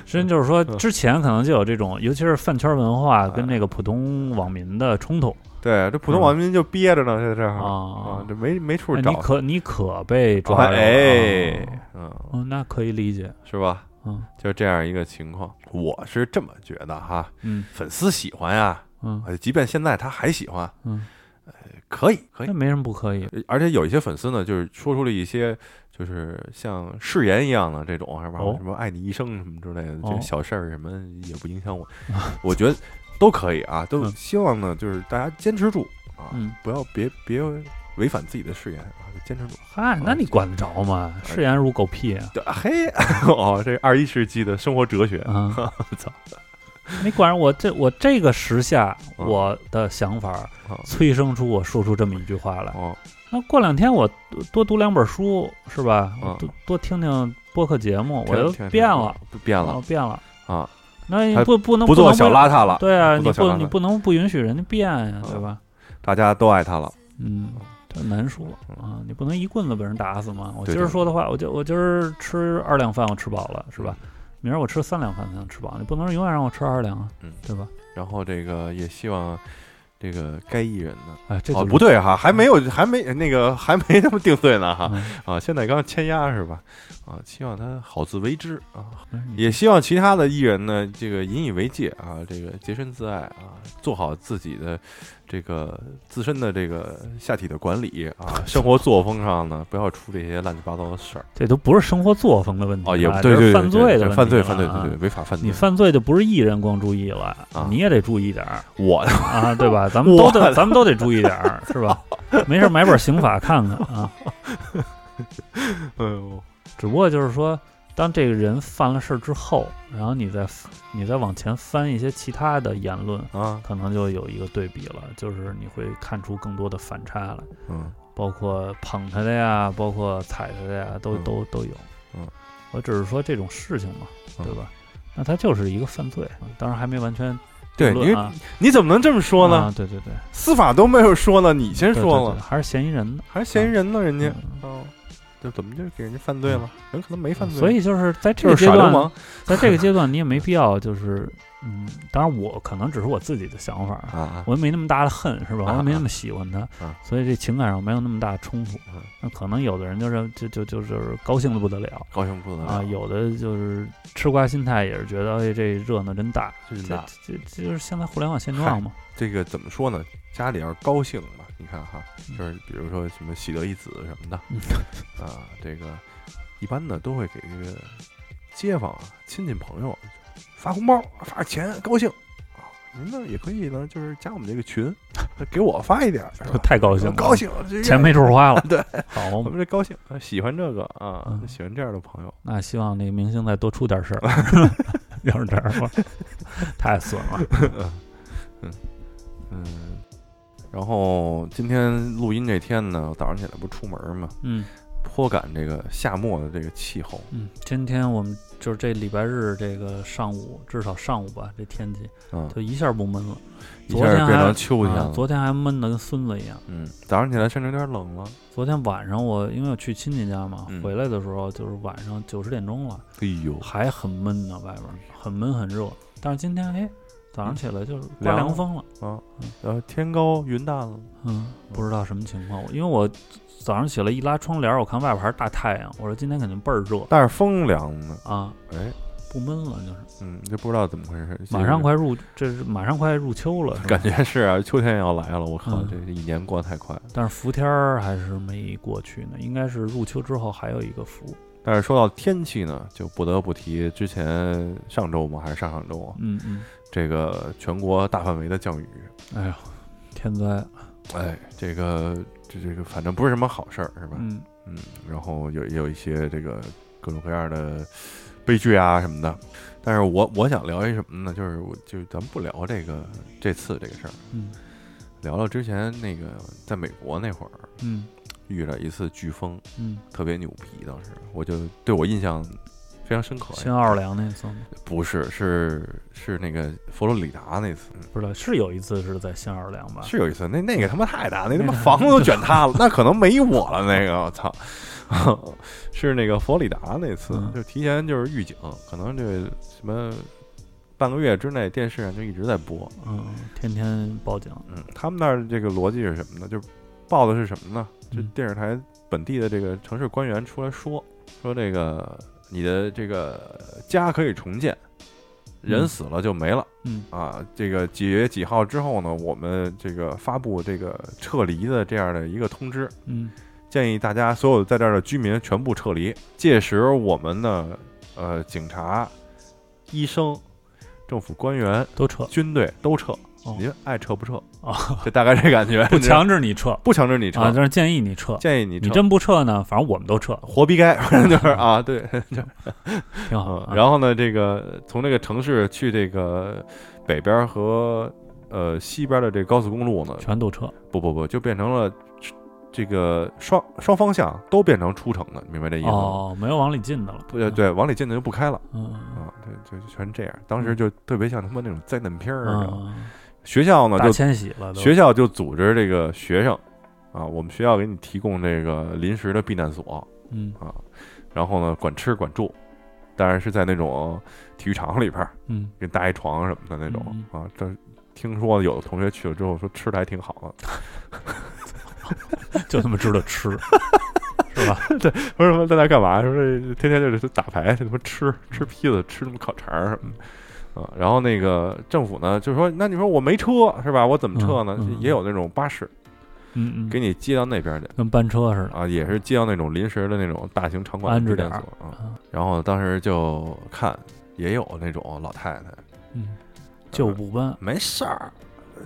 实际就是说，
嗯
之前可能就有这种，尤其是饭圈文化
哎
跟那个普通网民的冲突
对，这普通网民就憋着呢，在这儿
啊。
这没没处
哎
找
你。可你可被抓着了，
哎，嗯，
哦，那可以理解，
是吧？
嗯
就这样一个情况，我是这么觉得哈。
嗯
粉丝喜欢呀、
嗯
呃即便现在他还喜欢，
嗯，
可以可以哎
那。没什么不可以，
呃而且有一些粉丝呢，就是说出了一些就是像誓言一样的这种，是吧？
哦
什么爱你一生什么之类的，
哦
这小事儿什么也不影响 我，我觉得都可以啊，都
嗯
希望呢，就是大家坚持住啊，
嗯
不要别别违反自己的誓言啊，就坚持住。
嗨，那你管得着吗？
哎
誓言如狗屁啊！
对，嘿， 哦，这二十一世纪的生活哲学，
啊
操！
你管我这我这个时下
嗯
我的想法儿
嗯
催生出我说出这么一句话来。
哦，
那过两天我多多读两本书是吧？
嗯
我多多听听播客节目，我
天
就
天
变了，
不嗯哦变
我
了
变了。
啊，
那你
还
不不能
不做
能
小
为
邋遢了，
对啊，
不
你
做小
不
邋
你
遢
不能不允许人家变呀，
嗯
对吧？
大家都爱他了，
嗯，这难说啊，你不能一棍子被人打死嘛。我
嗯对
今
对嗯
儿说的话，我就我今儿吃二两饭，我吃饱了，是吧？明儿我吃三两饭才能吃饱，你不能永远让我吃二两啊
嗯，
对吧？
然后这个也希望这个该艺人呢，
哎，这
哦
就是
不对哈，还没有还没那个还没他们定罪呢哈
嗯
啊，现在刚签押是吧？啊，希望他好自为之啊，
嗯
也希望其他的艺人呢，这个引以为戒啊，这个洁身自爱啊，做好自己的这个自身的这个下体的管理 啊，生活作风上呢，不要出这些乱七八糟的事儿
这都不是生活作风的问题
哦，也
了
对对
啊这
对，
是犯罪的
对
问题
犯罪
了
犯罪
啊
对对，违法犯罪
你，犯罪就不是一人光注意了，
啊
你也得注意点 儿
我
啊，对吧？咱们都
我
得，咱们都得注意点儿，是吧？没事儿买本刑法看看啊。
哎呦
只不过就是说，当这个人犯了事儿之后，然后你再你再往前翻一些其他的言论，
啊，
可能就有一个对比了，就是你会看出更多的反差来，
嗯
包括捧他的呀，包括踩他的呀，都
嗯
都都有。
嗯，
我只是说这种事情嘛，
嗯
对吧？那他就是一个犯罪，当然还没完全
对，
定
你
论啊。
你怎么能这么说呢？
啊，对对对，
司法都没有说呢，你先
对
说
对
了，
对还是嫌疑人呢。
还是嫌疑人呢，人家
嗯
哦，这怎么就给人家犯罪了？人可能没犯罪，
所以就是在这
就
个
是
阶
耍流
段，
氓。
在这个阶段，你也没必要就是，嗯，当然我可能只是我自己的想法，
啊，
我也没那么大的恨，是吧？
啊
我也没那么喜欢他
啊，
所以这情感上没有那么大的冲突
嗯。
那可能有的人就是就就就就是高兴的不得了
高兴不得了
啊，有的就是吃瓜心态，也是觉得哎这热闹真大，
真
这
大
这这就是现在互联网现状嘛。
这个怎么说呢？家里要是高兴吧，你看哈，
嗯
就是比如说什么喜得一子什么的
嗯
啊，这个一般呢都会给这个街坊啊、亲戚朋友发红包、发钱，高兴啊。您呢也可以呢，就是加我们这个群，给我发一点儿，是吧
太高兴了
高兴，这
钱没处花了，
对，
好
我
嘛，
们这高兴，啊喜欢这个啊，
嗯
喜欢这样的朋友，
那希望那个明星再多出点事儿， 要是这样的话，太损了。
嗯。然后今天录音这天呢，我早上起来不是出门嘛，
嗯，
颇感这个夏末的这个气候，
嗯，今天我们就是这礼拜日这个上午，至少上午吧，这天气
嗯，
就一下不闷了。
一
昨
下
天
变
还
成秋天
啊
了，。
昨天还闷得跟孙子一样。
嗯，早上起来甚至有点冷了。
昨天晚上我因为我去亲戚家嘛，
嗯
回来的时候就是晚上九十点钟了，
哎呦，
还很闷呢，外边儿很闷很热。但是今天哎，早上起来就是刮
凉了
凉风了，
呃，天高云淡了。
嗯，不知道什么情况。我因为我早上起来一拉窗帘儿，我看外边还是大太阳，我说今天肯定倍儿热
但是风凉呢，
啊，
哎，
不闷了就是。
嗯，就不知道怎么回事。这
马
个
上快入，这是马上快入秋了，是吧
感觉是啊，秋天要来了，我靠，
嗯
这一年过得太快了。
但是伏天儿还是没过去呢，应该是入秋之后还有一个伏。
但是说到天气呢，就不得不提之前上周嘛，还是上上周啊，
嗯嗯，
这个全国大范围的降雨，
哎呦，天灾，
哎，这个这这个反正不是什么好事儿，是吧？
嗯
嗯，然后有也有一些这个各种各样的悲剧啊什么的。但是我我想聊一什么呢？就是我就咱们不聊这个这次这个事儿，
嗯
聊聊之前那个在美国那会儿
嗯
遇了一次飓风，
嗯，
特别牛逼，当时我就对我印象非常深刻。
新奥尔良那次吗？
不是，是是那个佛罗里达那次，嗯
不知道，是有一次是在新奥尔良吧？
是有一次，那那个他妈太大，那他
那
妈
个
房子都卷 塌了，那可能没我了。那个我操， 是那个佛罗里达那次
嗯，
就提前就是预警，可能这什么半个月之内电视上就一直在播。
嗯，天天报警。
嗯，他们那儿这个逻辑是什么呢？就是报的是什么呢？就
嗯
电视台本地的这个城市官员出来说说这个你的这个家可以重建，人
嗯
死了就没了。
嗯
啊，这个几月几号之后呢，我们这个发布这个撤离的这样的一个通知，
嗯
建议大家所有在这儿的居民全部撤离。届时，我们的呃警察、医生、政府官员、
都撤
军队都撤
哦，
您爱撤不撤
啊，
这大概这感觉。
不强制你撤
不强制你撤
啊，，但是建议你撤。
建议你
你
撤。
真不撤呢，反正我们都撤，
活逼 该，反正就是啊，对，
挺好
嗯
啊。，
然后呢，这个从这个城市去这个北边儿和呃西边儿的这个高速公路呢，
全都撤，
不不不，就变成了这个双双方向都变成出城的，明白这意思吗？
哦，嗯没有往里进的了。
不，呃对，往里进的就不开了
嗯，
啊，对，就就全这样。当时就特别像他妈那种灾难片儿，你知道吗
嗯，
学校呢
大
啊就
迁徙了都。
学校就组织这个学生啊，我们学校给你提供这个临时的避难所
嗯
啊，然后呢管吃管住，当然是在那种体育场里边儿
嗯，
给你搭一床什么的那种
嗯
啊，这。听说有的同学去了之后说吃的还挺好的，
就他妈知道吃，是吧？
说什么在那干嘛？说这天天就是打牌，他妈吃吃披萨，吃什么烤肠儿什么的啊。然后那个政府呢，就说那你说我没车是吧？我怎么撤呢？
嗯嗯
也有那种巴士
嗯嗯，
给你接到那边去
跟班车似的。
啊，也是接到那种临时的那种大型场馆
安置
避难
点儿
所啊。
啊
然后当时就看也有那种老太太
嗯，旧补班，
没事儿，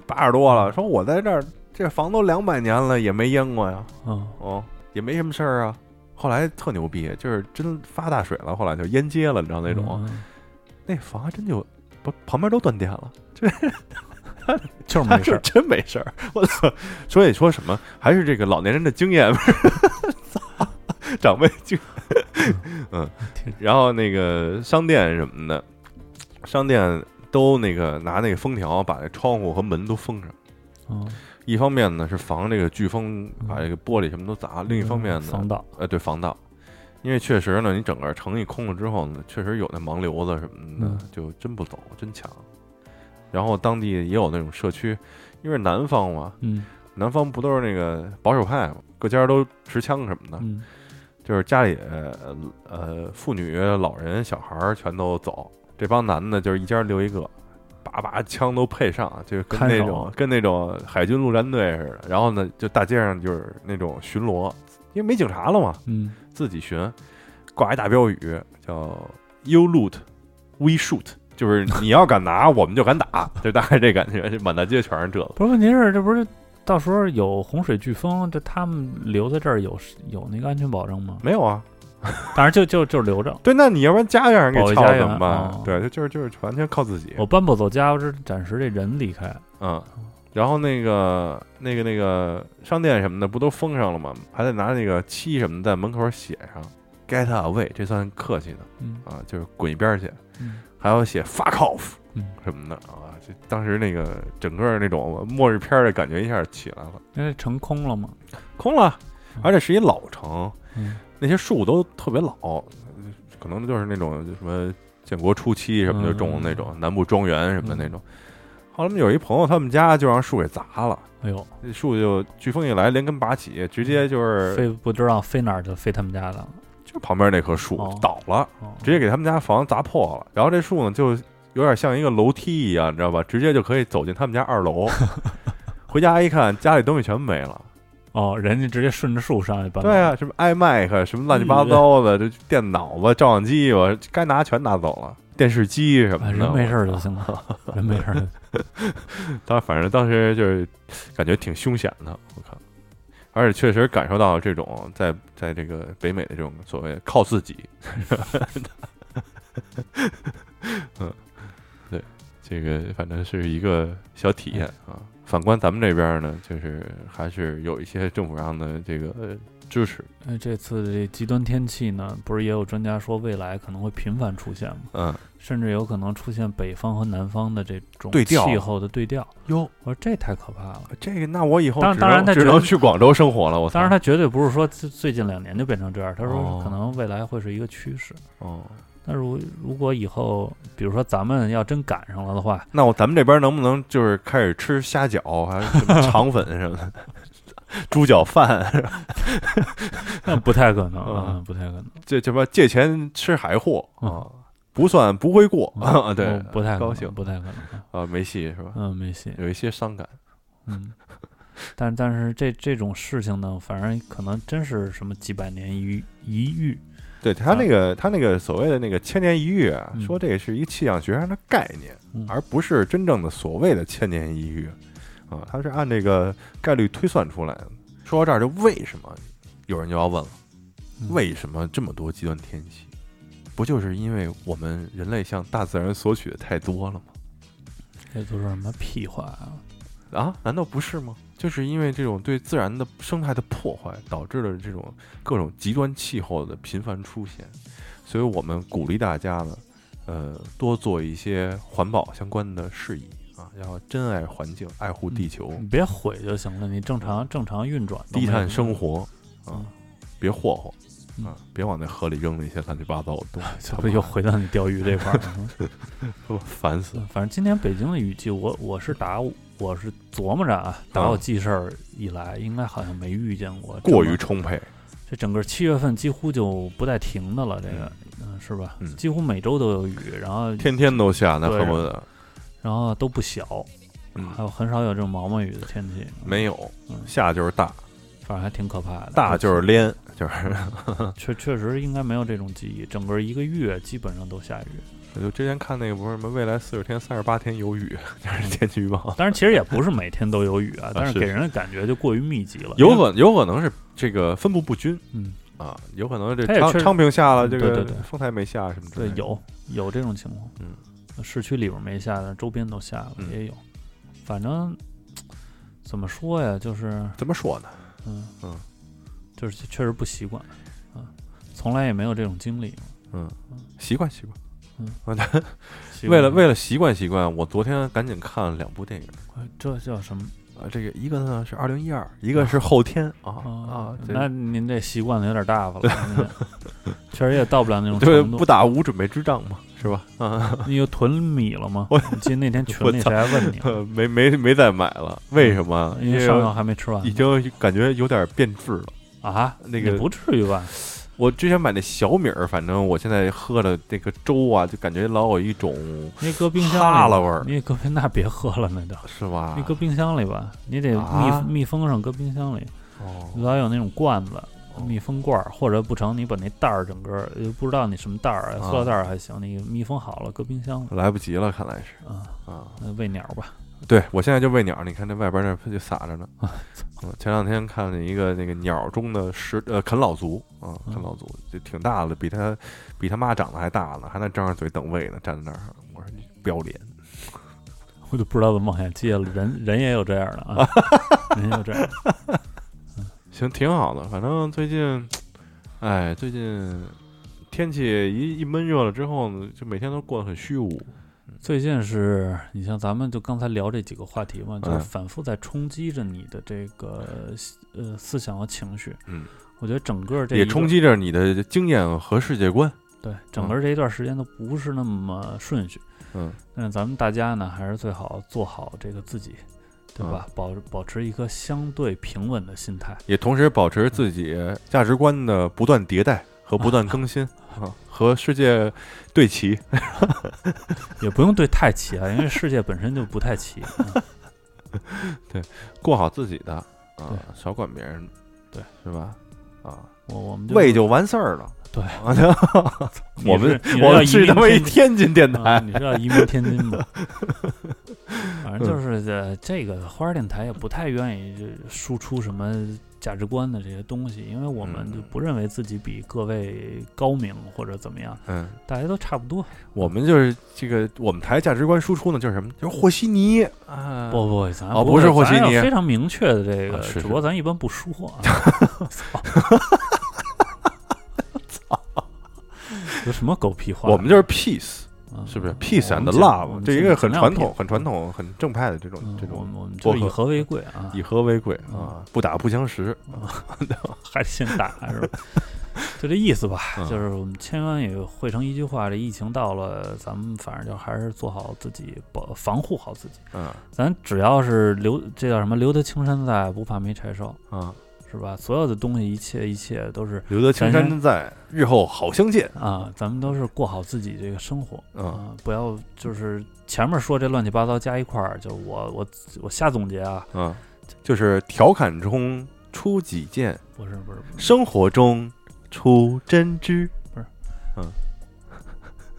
八十多了，说我在这儿这房都两百年了也没淹过呀，
嗯，
哦，也没什么事儿啊。后来特牛逼，就是真发大水了，后来就淹街了，你知道那种，
嗯，
那房还真就不旁边都断电了，
嗯就是
他
没事
是
儿，
真没事儿。我操！ 所以说什么还是这个老年人的经验， 不是操长辈经验，嗯
挺。
然后那个商店什么的，商店都那个拿那个封条把那窗户和门都封上。
嗯，
一方面呢是防这个飓风把这个玻璃什么都砸，另一方面呢
防盗，
呃，对防盗，因为确实呢，你整个城一空了之后呢，确实有那盲流子什么的
嗯，
就真不走，真抢。然后当地也有那种社区，因为南方嘛，
嗯
南方不都是那个保守派嘛，各家都持枪什么的，
嗯
就是家里呃呃妇女、老人、小孩儿全都走，这帮男的就是一家留一个，把把枪都配上，就是跟
看守
那种跟那种海军陆战队似的。然后呢，就大街上就是那种巡逻，因为没警察了嘛，
嗯，
自己巡，挂一大标语叫 “You loot, we shoot”，就是你要敢拿，我们就敢打，就大概这感觉，就满大街全是这个。
不是，问题是这不是到时候有洪水飓风，这他们留在这儿有有那个安全保 障吗？
没有啊，
当然就就就留着，
对，那你要不然家啊让人给
保卫
撬
家
了怎
园
么办？
哦
对，就就是就是完全靠自己。
我搬不走家，我只暂时这人离开，
嗯，然后那个那个那个商店什么的不都封上了吗？还得拿那个漆什么的在门口写上 “get away”，这算客气的
嗯
啊，就是滚一边儿去。
嗯
还要写 “fuck off”
嗯，
什么的啊，这当时那个整个那种末日片儿的感觉一下起来了，
因为城空了嘛，
空了
嗯，
而且是一老城，
嗯
那些树都特别老，呃可能就是那种什么建国初期什么就种的那
嗯
种南部庄园什么的那种。后来我们有一朋友，他们家就让树给砸了。
哎呦，
那树就飓风一来，连根拔起，直接就是
飞不知道飞哪儿就飞他们家的了，
就旁边那棵树
哦
倒了，
哦
直接给他们家房砸破了。然后这树呢，就有点像一个楼梯一样，你知道吧？直接就可以走进他们家二 楼。回家一看，家里东西全没了。
哦，人家直接顺着树上去搬，嗯
对，啊，什么 iMac，什么乱七八糟的，这电脑吧、照相机吧，该拿全拿走了，电视机什么
哎
的。
人没事儿就行了，人没事儿就 行，
当反正当时就是感觉挺凶险的，我靠！而且确实感受到这种在在这个北美的这种所谓靠自己，嗯，对，这个反正是一个小体验啊。反观咱们这边呢，就是还是有一些政府上的这个呃支持，
哎，这次这极端天气呢，不是也有专家说未来可能会频繁出现吗？
嗯，
甚至有可能出现北方和南方的这种
对调
气候的对调。
哟，
我说这太可怕了。
这个那我以后
当
只
当
能
然他
只
觉得
能去广州生活了，我操
当然，他绝对不是说最最近两年就变成这样，他
哦
说可能未来会是一个趋势。
哦，
那如如果以后，比如说咱们要真赶上了的话，
那我咱们这边能不能就是开始吃虾饺，还是什么肠粉什么 的，猪脚饭，
那不太可能啊，
嗯
不太可能。
这什么借钱吃海货
嗯
啊，不算不会过啊，对
不不太可能
高兴
不太可能。
啊，没戏是吧？
嗯，没戏。
有一些伤感，
嗯，但但是这这种事情呢，反正可能真是什么几百年一一遇，
对他那个他那个所谓的那个千年一遇啊，
嗯
说这是一个气象学上的概念，
嗯
而不是真正的所谓的千年一遇啊，它是按这个概率推算出来的。说到这儿，就为什么有人就要问了，
嗯
为什么这么多极端天气？不就是因为我们人类向大自然索取的太多了吗？
这都是什么屁话啊？
啊，难道不是吗？就是因为这种对自然的生态的破坏，导致了这种各种极端气候的频繁出现，所以我们鼓励大家呢，呃，多做一些环保相关的事宜啊，要珍爱环境，爱护地球，
你别毁就行了，你正常正常运转都
嗯低
没有问
碳
题，
生活啊
嗯，
别霍霍啊，别往那河里扔那些乱七八糟的东西，
这不又回到你钓鱼这块儿 了吗？嗯
烦死了。
反正今天北京的雨季，我我是打我是琢磨着啊，
嗯
打我记事儿以来，应该好像没遇见过这么
过于充沛，
这整个七月份几乎就不带停的了，这个嗯、是吧？
嗯
几乎每周都有雨，然后
天天都下，那
对
恨不得，
然后都不小，
嗯
还，有很少有这种毛毛雨的天气，
没有
嗯
下就是大，
反正还挺可怕的。
大就是连，就是。
确确实应该没有这种记忆，整个一个月基本上都下雨。
我就之前看那个不是什么未来四十天、三十八天有雨， 就是天气预 报，
当然，其实也不是每天都有雨啊，但
是
是给人的感觉就过于密集了。
有
因为
可有可能是这个分布不均
嗯，
啊，有可能这
它也
昌
确实
昌平下了，这
对
个
对对
丰台没下什么之类
对
的，，
有有这种情况。
嗯，
市区里边没下的，周边都下了，
嗯
也有。反正怎么说呀，就是
怎么说呢？
嗯
嗯，
就是确实不习惯啊，从来也没有这种经历嘛。
习惯习惯。
嗯
嗯，
习惯
为了为了习惯习惯，我昨天赶紧看了两部电影
哎这叫什么
啊，这个一个呢是二零一二，一个是后天啊啊，这
哦嗯那您这习惯的有点大发了，确实也到不了那种
对
程度
不。打无准备之仗嘛，是吧？啊，
你有囤米了吗？我记得那天群里
我操
谁还 问你，
没没没再买了，
嗯
为什么？啊
因
因
为上药
为
还没吃完
已经感觉有点变质了。
啊？
那个
也不至于吧？
我之前买那小米儿，反正我现在喝的那个粥啊，就感觉老有一种
你搁冰箱里
哈喇味儿，
你也搁冰那别喝了，那就是
吧
你？搁冰箱里吧，你得
啊
密密封上，搁冰箱里。
哦，
老有那种罐子、密封罐儿，或者不成，你把那袋儿整个儿呃不知道你什么袋
啊
儿，塑料袋儿还行，你密封好了搁冰箱里
来不及了，看来是
啊，
啊。
那喂鸟吧。
对我现在就喂鸟，你看这外边那就撒着呢。
啊
嗯，前两天看见一个那个鸟中的石呃啃老族啊，
嗯
啃老族就挺大的，比它比它妈长得还大呢，还那张着嘴等喂呢，站在那儿，我说你不要脸。
我就不知道怎么往下接了，人人也有这样的啊， 人也有这样的。
行，挺好的。反正最近，哎，最近天气一一闷热了之后呢，就每天都过得很虚无。
最近是你像咱们就刚才聊这几个话题嘛，就是
嗯
反复在冲击着你的这个呃思想和情绪。
嗯，
我觉得整个这一
也
段
冲击着你的经验和世界观。
对整个这一段时间都不是那么顺序。
嗯，
但是咱们大家呢，还是最好做好这个自己，对吧？
嗯
保保持一颗相对平稳的心态。
也同时保持自己价值观的不断迭代和不断更 新啊，和世界对齐。
也不用对太齐啊，因为世界本身就不太齐。 嗯
过好自己的啊
对，
少管别人，
对，
是吧？啊，
我我们就
喂就完事儿了。
对
啊，我们
你是
我
要
们
移
是他妈一
民天
天津嗯电
津啊，
台，
你是要移民天 津吗？反正就是这这个花儿电台也不太愿意就输出什么价值观的这些东西，因为我们
嗯
就不认为自己比各位高明或者怎么样，
嗯，
大家都差不多。
我们就是这个，我们台价值观输出呢，就是什么？就是和稀泥啊，
不不，咱
哦
不
不
会
是和
咱
稀
有
泥
非常明确的这
啊
个，
是
只
是
不过咱一般不说 啊。操！这什么狗屁话？
我们就是 peace，
嗯
是不是？peace
我
and
们尽我
love，
们
哦这哦一
尽
个很
量
传
避
统、很传统、很正派的这种
嗯
这
我
种，
们我们就
薄
是以
荷
和为贵啊，
以和为贵
嗯
啊，不打不相识。
还是先打 是吧？就这意思吧，
嗯
就是我们千万也汇成一句话：这疫情到了，咱们反正就还是做好自己，保防护好自己。
嗯
咱只要是留，这叫什么？留得青山在，不怕没柴烧，
啊，
是吧？所有的东西，一切一切都是
留得青
咱
山在，日后好相见。
啊，咱们都是过好自己这个生活
嗯
啊，不要就是前面说这乱七八糟加一块儿，就是我我我瞎总结啊，
嗯就是调侃中出几剑，
不是不是不是，
生活中出真知。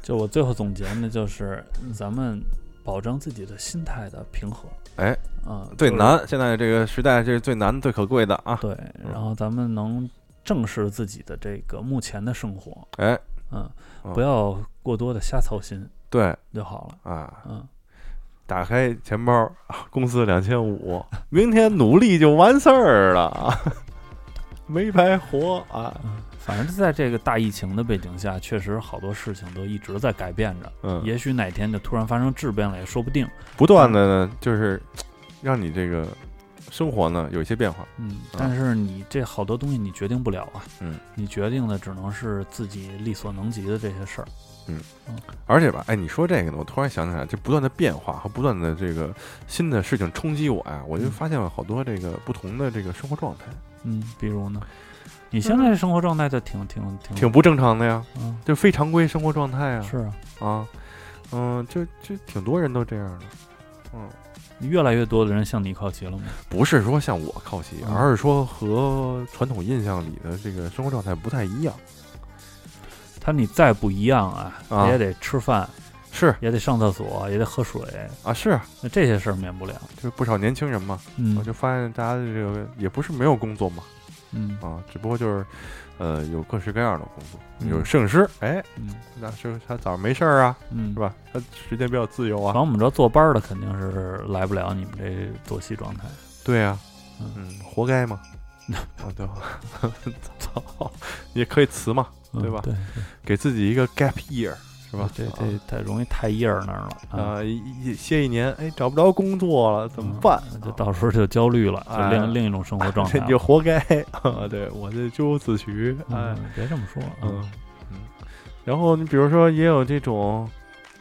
就我最后总结呢，就是咱们保证自己的心态的平和。
哎，
啊、
最
就是
难，现在这个时代，这是最难、最可贵的啊！
对，然后咱们能正视自己的这个目前的生活，
哎，
嗯，
嗯
不要过多的瞎操心
对
就好了，
啊，
嗯，
打开钱包，啊工资两千五，明天努力就完事儿了，啊没白活啊！
反正在这个大疫情的背景下，确实好多事情都一直在改变着，
嗯，
也许哪天就突然发生质变了也说不定，
不断的呢，就是让你这个生活呢有一些变化。
嗯，但是你这好多东西你决定不了啊，
嗯，
你决定的只能是自己力所能及的这些事儿，
而且吧，哎，你说这个呢，我突然想起来，就不断的变化和不断的这个新的事情冲击我呀、我就
嗯
发现了好多这个不同的这个生活状态，
嗯，比如呢，你现在生活状态就挺挺挺
挺不正常的呀，
嗯，
就非常规生活状态呀，
是啊，
啊，嗯，就就挺多人都这样的，嗯，
越来越多的人向你靠齐了嘛，
不是说向我靠齐，
嗯
而是说和传统印象里的这个生活状态不太一样，
他你再不一样啊，
啊
也得吃饭，
是
也得上厕所，也得喝水，
啊，是啊，
那这些事儿免不了。
就是不少年轻人嘛，我
嗯
就发现大家的这个也不是没有工作嘛，
嗯
啊，只不过就是，呃，有各式各样的工作，
嗯
有摄影师，哎。
嗯
那是他早上没事儿啊，
嗯，
是？吧？他时间比较自由
反
啊。
正我们知道坐班儿的肯定是来不了你们这作息状态。
对啊，
嗯
嗯，活该嘛。啊，对吧？ 操，也可以辞嘛，
嗯
对吧
对，
给自己一个 gap year，是
是
吧？啊
这这太容易太叶儿那儿了啊，
啊，一一歇一年，哎，找不着工作了，怎么办？
那就到时候就焦虑了，就
哎
另另一种生活状态
这
了。
就活该啊！对我这咎由自取，哎
嗯，，别这么说
嗯
啊。
嗯。然后你比如说也有这种，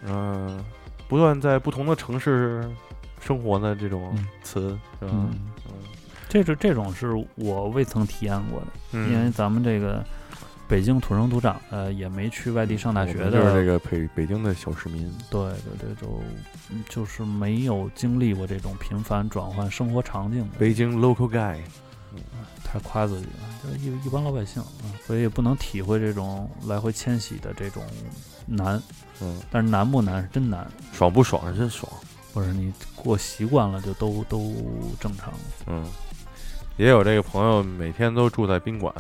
嗯，不断在不同的城市生活的这种
嗯
词，是吧？
嗯，这种这种是我未曾体验过的。
嗯，
因为咱们这个北京土生土长的，也没去外地上大学
我们
的，
嗯就是这个北北京的小市民，
对对对，就嗯就是没有经历过这种频繁转换生活场景的，
北京 local guy。
太夸自己了，就是一一般老百姓啊，嗯所以不能体会这种来回迁徙的这种难，
嗯，
但是难不难是真难，
爽不爽是真爽。
不是你过习惯了就都都正常了，
嗯，也有这个朋友每天都住在宾馆，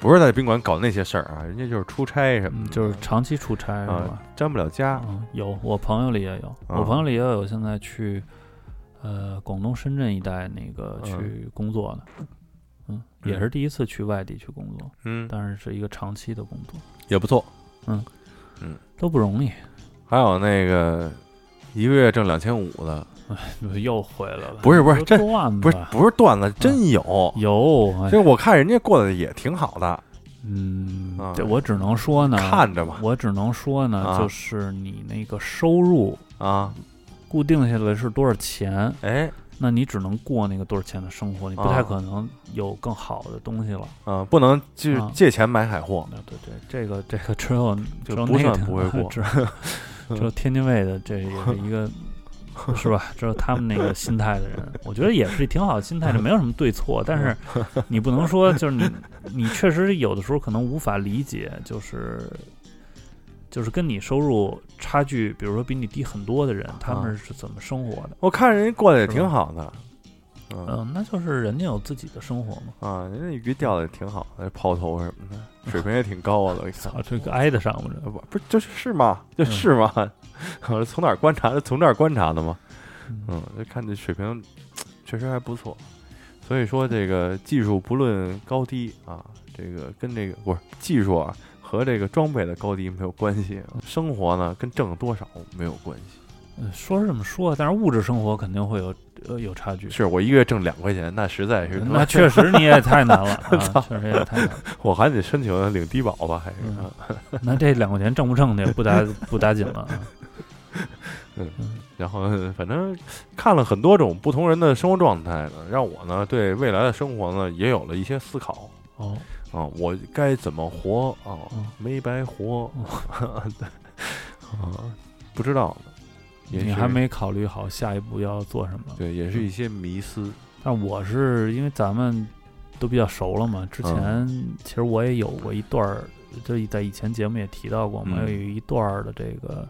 不是在宾馆搞那些事儿啊，人家就是出差什么
嗯
的，
就是长期出差是吧
啊？沾不了家。
嗯，有，我朋友里也有，
啊
我朋友里也有现在去，呃，广东深圳一带那个去工作的，嗯，也是第一次去外地去工作，
嗯，
但是是一个长期的工作，
也不错。
都 不容易，
还有那个一个月挣两千五的，
又回来了，
不是不是
都
这
断
不是
吧
不是段
嗯
子，真有。
有，哎
这我看人家过得也挺好的，
嗯
啊，
这我只能说呢，
看着吧
我只能说
啊
呢，就是你那个收入
啊，
固定下来是多少钱，
哎
那你只能过那个多少钱的生活，你不
啊
太可能有更好的东西了。
啊，不能就是
啊
借钱买海货，
啊，对对，这个这个只有
就
只有
不
那个
算不会过
只 只有天津卫的这也是一个是吧？只有他们那个心态的人，我觉得也是挺好的心态，这没有什么对错。但是你不 能说就是你你确实有的时候可能无法理解，就是就是跟你收入差距，比如说比你低很多的人，他
啊
们是怎么生活的？
我看人家过得也
是
挺
吧
好的。嗯
嗯，那就是嗯人家有自己的生活嘛。
啊，人家鱼钓的也挺好的，抛头什么的，水平也挺高的。我一看，
操，这个挨得上吗？
啊不不是就是是吗？
嗯
就是吗？ 我是从哪儿观察的？从这儿观察的吗？
这
嗯，就看这水平确实还不错。所以说这个技术不论高低啊，这个跟这个不是技术啊和这个装备的高低没有关系，生活呢跟挣多少没有关系。
嗯，说是这么说，但是物质生活肯定会有呃有差距。
是我一个月挣两块钱，那实在是
那 确实你也太难了，
操
啊、确实也太难了。
我还得申请领低保吧，还是、
嗯
啊
那这两块钱挣不挣的也不打不打紧了 啊。
然后反正看了很多种不同人的生活状态呢，让我呢对未来的生活呢也有了一些思考
哦，
啊，我该怎么活啊
嗯，
没白活 啊，不知道呢，也
你
是
还没考虑好下一步要做什么，
对，也是一些迷思，
但我是因为咱们都比较熟了嘛，之
嗯
前其实我也有过一段儿，就在以前节目也提到过嘛，
嗯
有一段儿的这个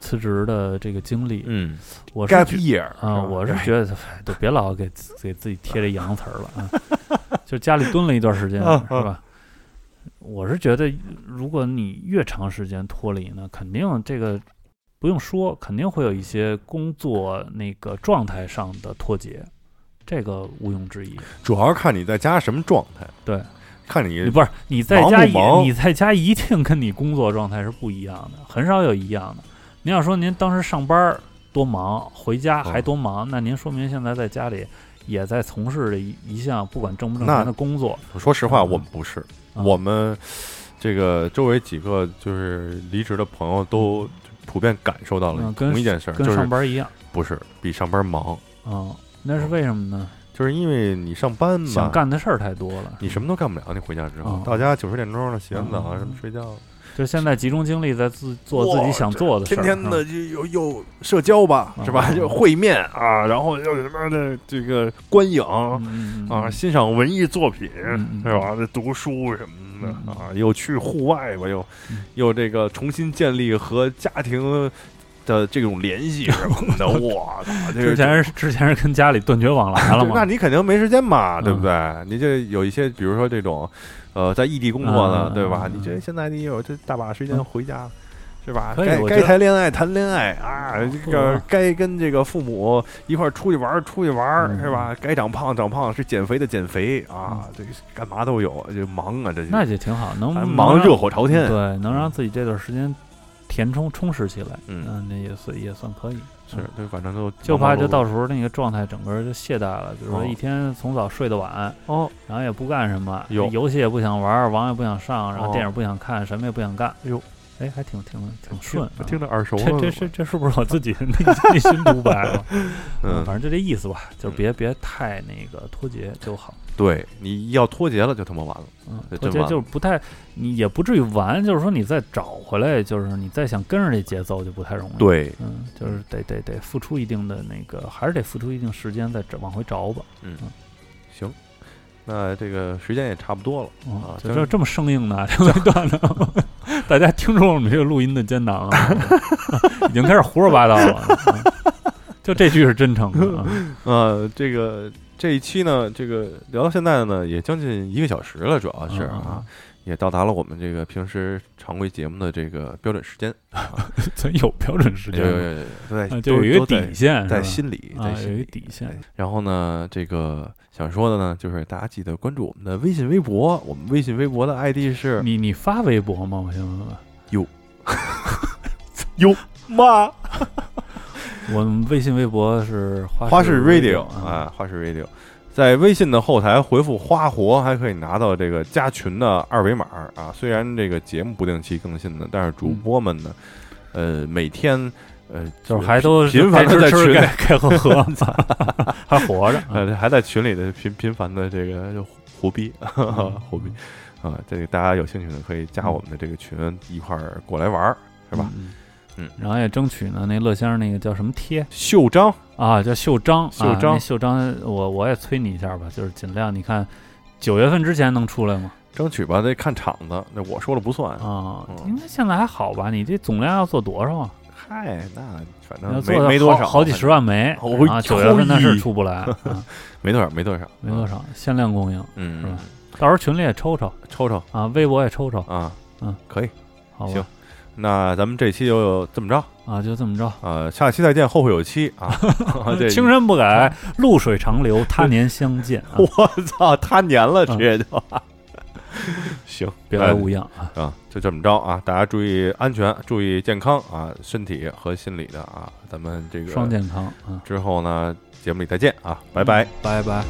辞职的这个经历。
嗯
我是
，gap
觉
year
啊，我是觉得哎就别老给自给自己贴这洋词儿了啊， 就家里蹲了一段时间，
啊
是吧？我是觉得，如果你越长时间脱离呢，肯定这个不用说，肯定会有一些工作那个状态上的脱节，这个毋庸置疑。
主要是看你在家什么状态，
对，
看你
不是你在家
忙不忙
也你在家一定跟你工作状态是不一样的，很少有一样的。您要说您当时上班儿多忙，回家
哦
还多忙，那您说明现在在家里也在从事着一一项不管正不正常的工作。
说实话，
嗯
我们不是，
啊
我们这个周围几个就是离职的朋友都普遍感受到了
嗯跟
同一件事儿，
跟
就
上
是
班儿一样
不是比上班忙，
啊、嗯那是为什么呢？
就是因为你上班
想
吧，
干的事儿太多了。
哦你什么都干不了，你回家之后
嗯
到家九十点钟了，洗完澡啊
嗯
什么睡觉，
就现在集中精力在自做自己想做的事儿，嗯
就又又社交吧
嗯
会面啊，然后又什么的这个观影啊
嗯嗯
啊，欣赏文艺作品
嗯嗯
是吧？这读书什么的
嗯
啊，又去户外吧，又
嗯
又这个重新建立和家庭的这种联系什么 的，我操！这个
之前是之前是跟家里断绝往来了
对 那
嘛？
你肯定没时间嘛，
嗯
对不对？你这有一些，比如说这种，呃，在异地工作的，
嗯
对吧？
嗯
你这现在你有这大把时间
嗯
回家，是吧？
可以
该
我觉
该
得
谈恋爱谈恋爱啊，这个
嗯
该跟这个父母一块儿出去玩儿出去玩儿，
嗯
是吧？该长胖长胖，是减肥的减肥啊，这个干嘛都有，这忙啊，这
那就挺好，能
咱忙
能让
热火朝天，
对，能让自己这段时间填充充实起来，
嗯
那也算也算可以。
是对，反正都
就
忙
怕
忙
就
碌碌
到时候那个状态整个就懈怠了，比如说
哦
一天从早睡到晚，
哦，
然后也不干什么，
有
游戏也不想玩，网也不想上，然
哦
后电影不想看，什么也不想干。哎
呦，
哎，还挺挺挺顺、啊
我。听着耳熟
这
了，
这是这是不是我自己的内内心独白了？
嗯，
反正就这意思吧，就别别太那个脱节就好。
对，你要脱节了就他妈完了，
嗯
对，
脱
真
节
完
就是
了
不太，你也不至于完，就是说你再找回来，就是你再想跟着这节奏就不太容易。
对，
嗯，就是得得得付出一定的那个，还是得付出一定时间再找往回找吧。
行，那这个时间也差不多了。
嗯
啊，
就
真
这
是
这么生硬的这么一段呢，大家听出我们这个录音的艰难了 吗，已经开始胡说八道了。啊就这句是真诚 的，啊
呃，这个这一期呢，这个聊到现在呢，也将近一个小时了，主要
嗯
是啊，，也到达了我们这个平时常规节目的这个标准时间，
嗯咱有标准时
有
间
有
吗，
有有，
啊
对，
就
都
有一个
都在
底线，
在
是吧
心里，
啊
在，
有
心
一个
里。哎
底线。
然后呢，这个想说的呢，就是大家记得关注我们的微信、微博，我们微信、微博的 ID 是
你你发微博吗？我先问问。
妈
我们微信、微博是花
花式 radio
啊，
啊，花式 radio，在微信的后台回复“花活”，还可以拿到这个加群的二维码啊。虽然这个节目不定期更新的，但是
嗯
主播们呢，呃，每天呃，
就是还都
频繁地在
该吃
群
吃
里
该该喝喝， 还活着。啊
呃还在群里的频频繁的这个胡逼 胡逼
嗯
啊，这个大家有兴趣的可以加我们的这个群，一块儿过来玩儿，是吧？？
嗯
嗯
然后也争取呢，那乐先生那个叫什么贴
袖章
啊，叫袖章，
袖章
啊、那袖章我我也催你一下吧，就是尽量你看九月份之前能出来吗？
争取吧，得看场子，那我说了不算。
啊
嗯，
应该现在还好吧？你这总量要做多少啊？
嗨，那反
你要
正
做
嗯没
的
没多
好
少，
好几十，万枚
哦
啊，九月份那是出不来， 啊、
没多少，没多少，
没多
少，
少，限量供应，是
嗯
吧，到时候群里也抽抽
抽抽。
啊，微博也抽抽，
啊，
嗯，
可以。
好
行
吧？
那咱们这期就这么着，
啊，就这么着。
呃，下期再见，后会有期 啊！这！
青山不改，露水长流，他年相见啊
我操，他年了，直
嗯
接 就行，
别
哎
来无恙啊！
啊，就这么着啊！大家注意安全，注意健康啊，身体和心理的啊，咱们这个
双健康啊！
之后呢，节目里再见啊，拜拜。
拜拜。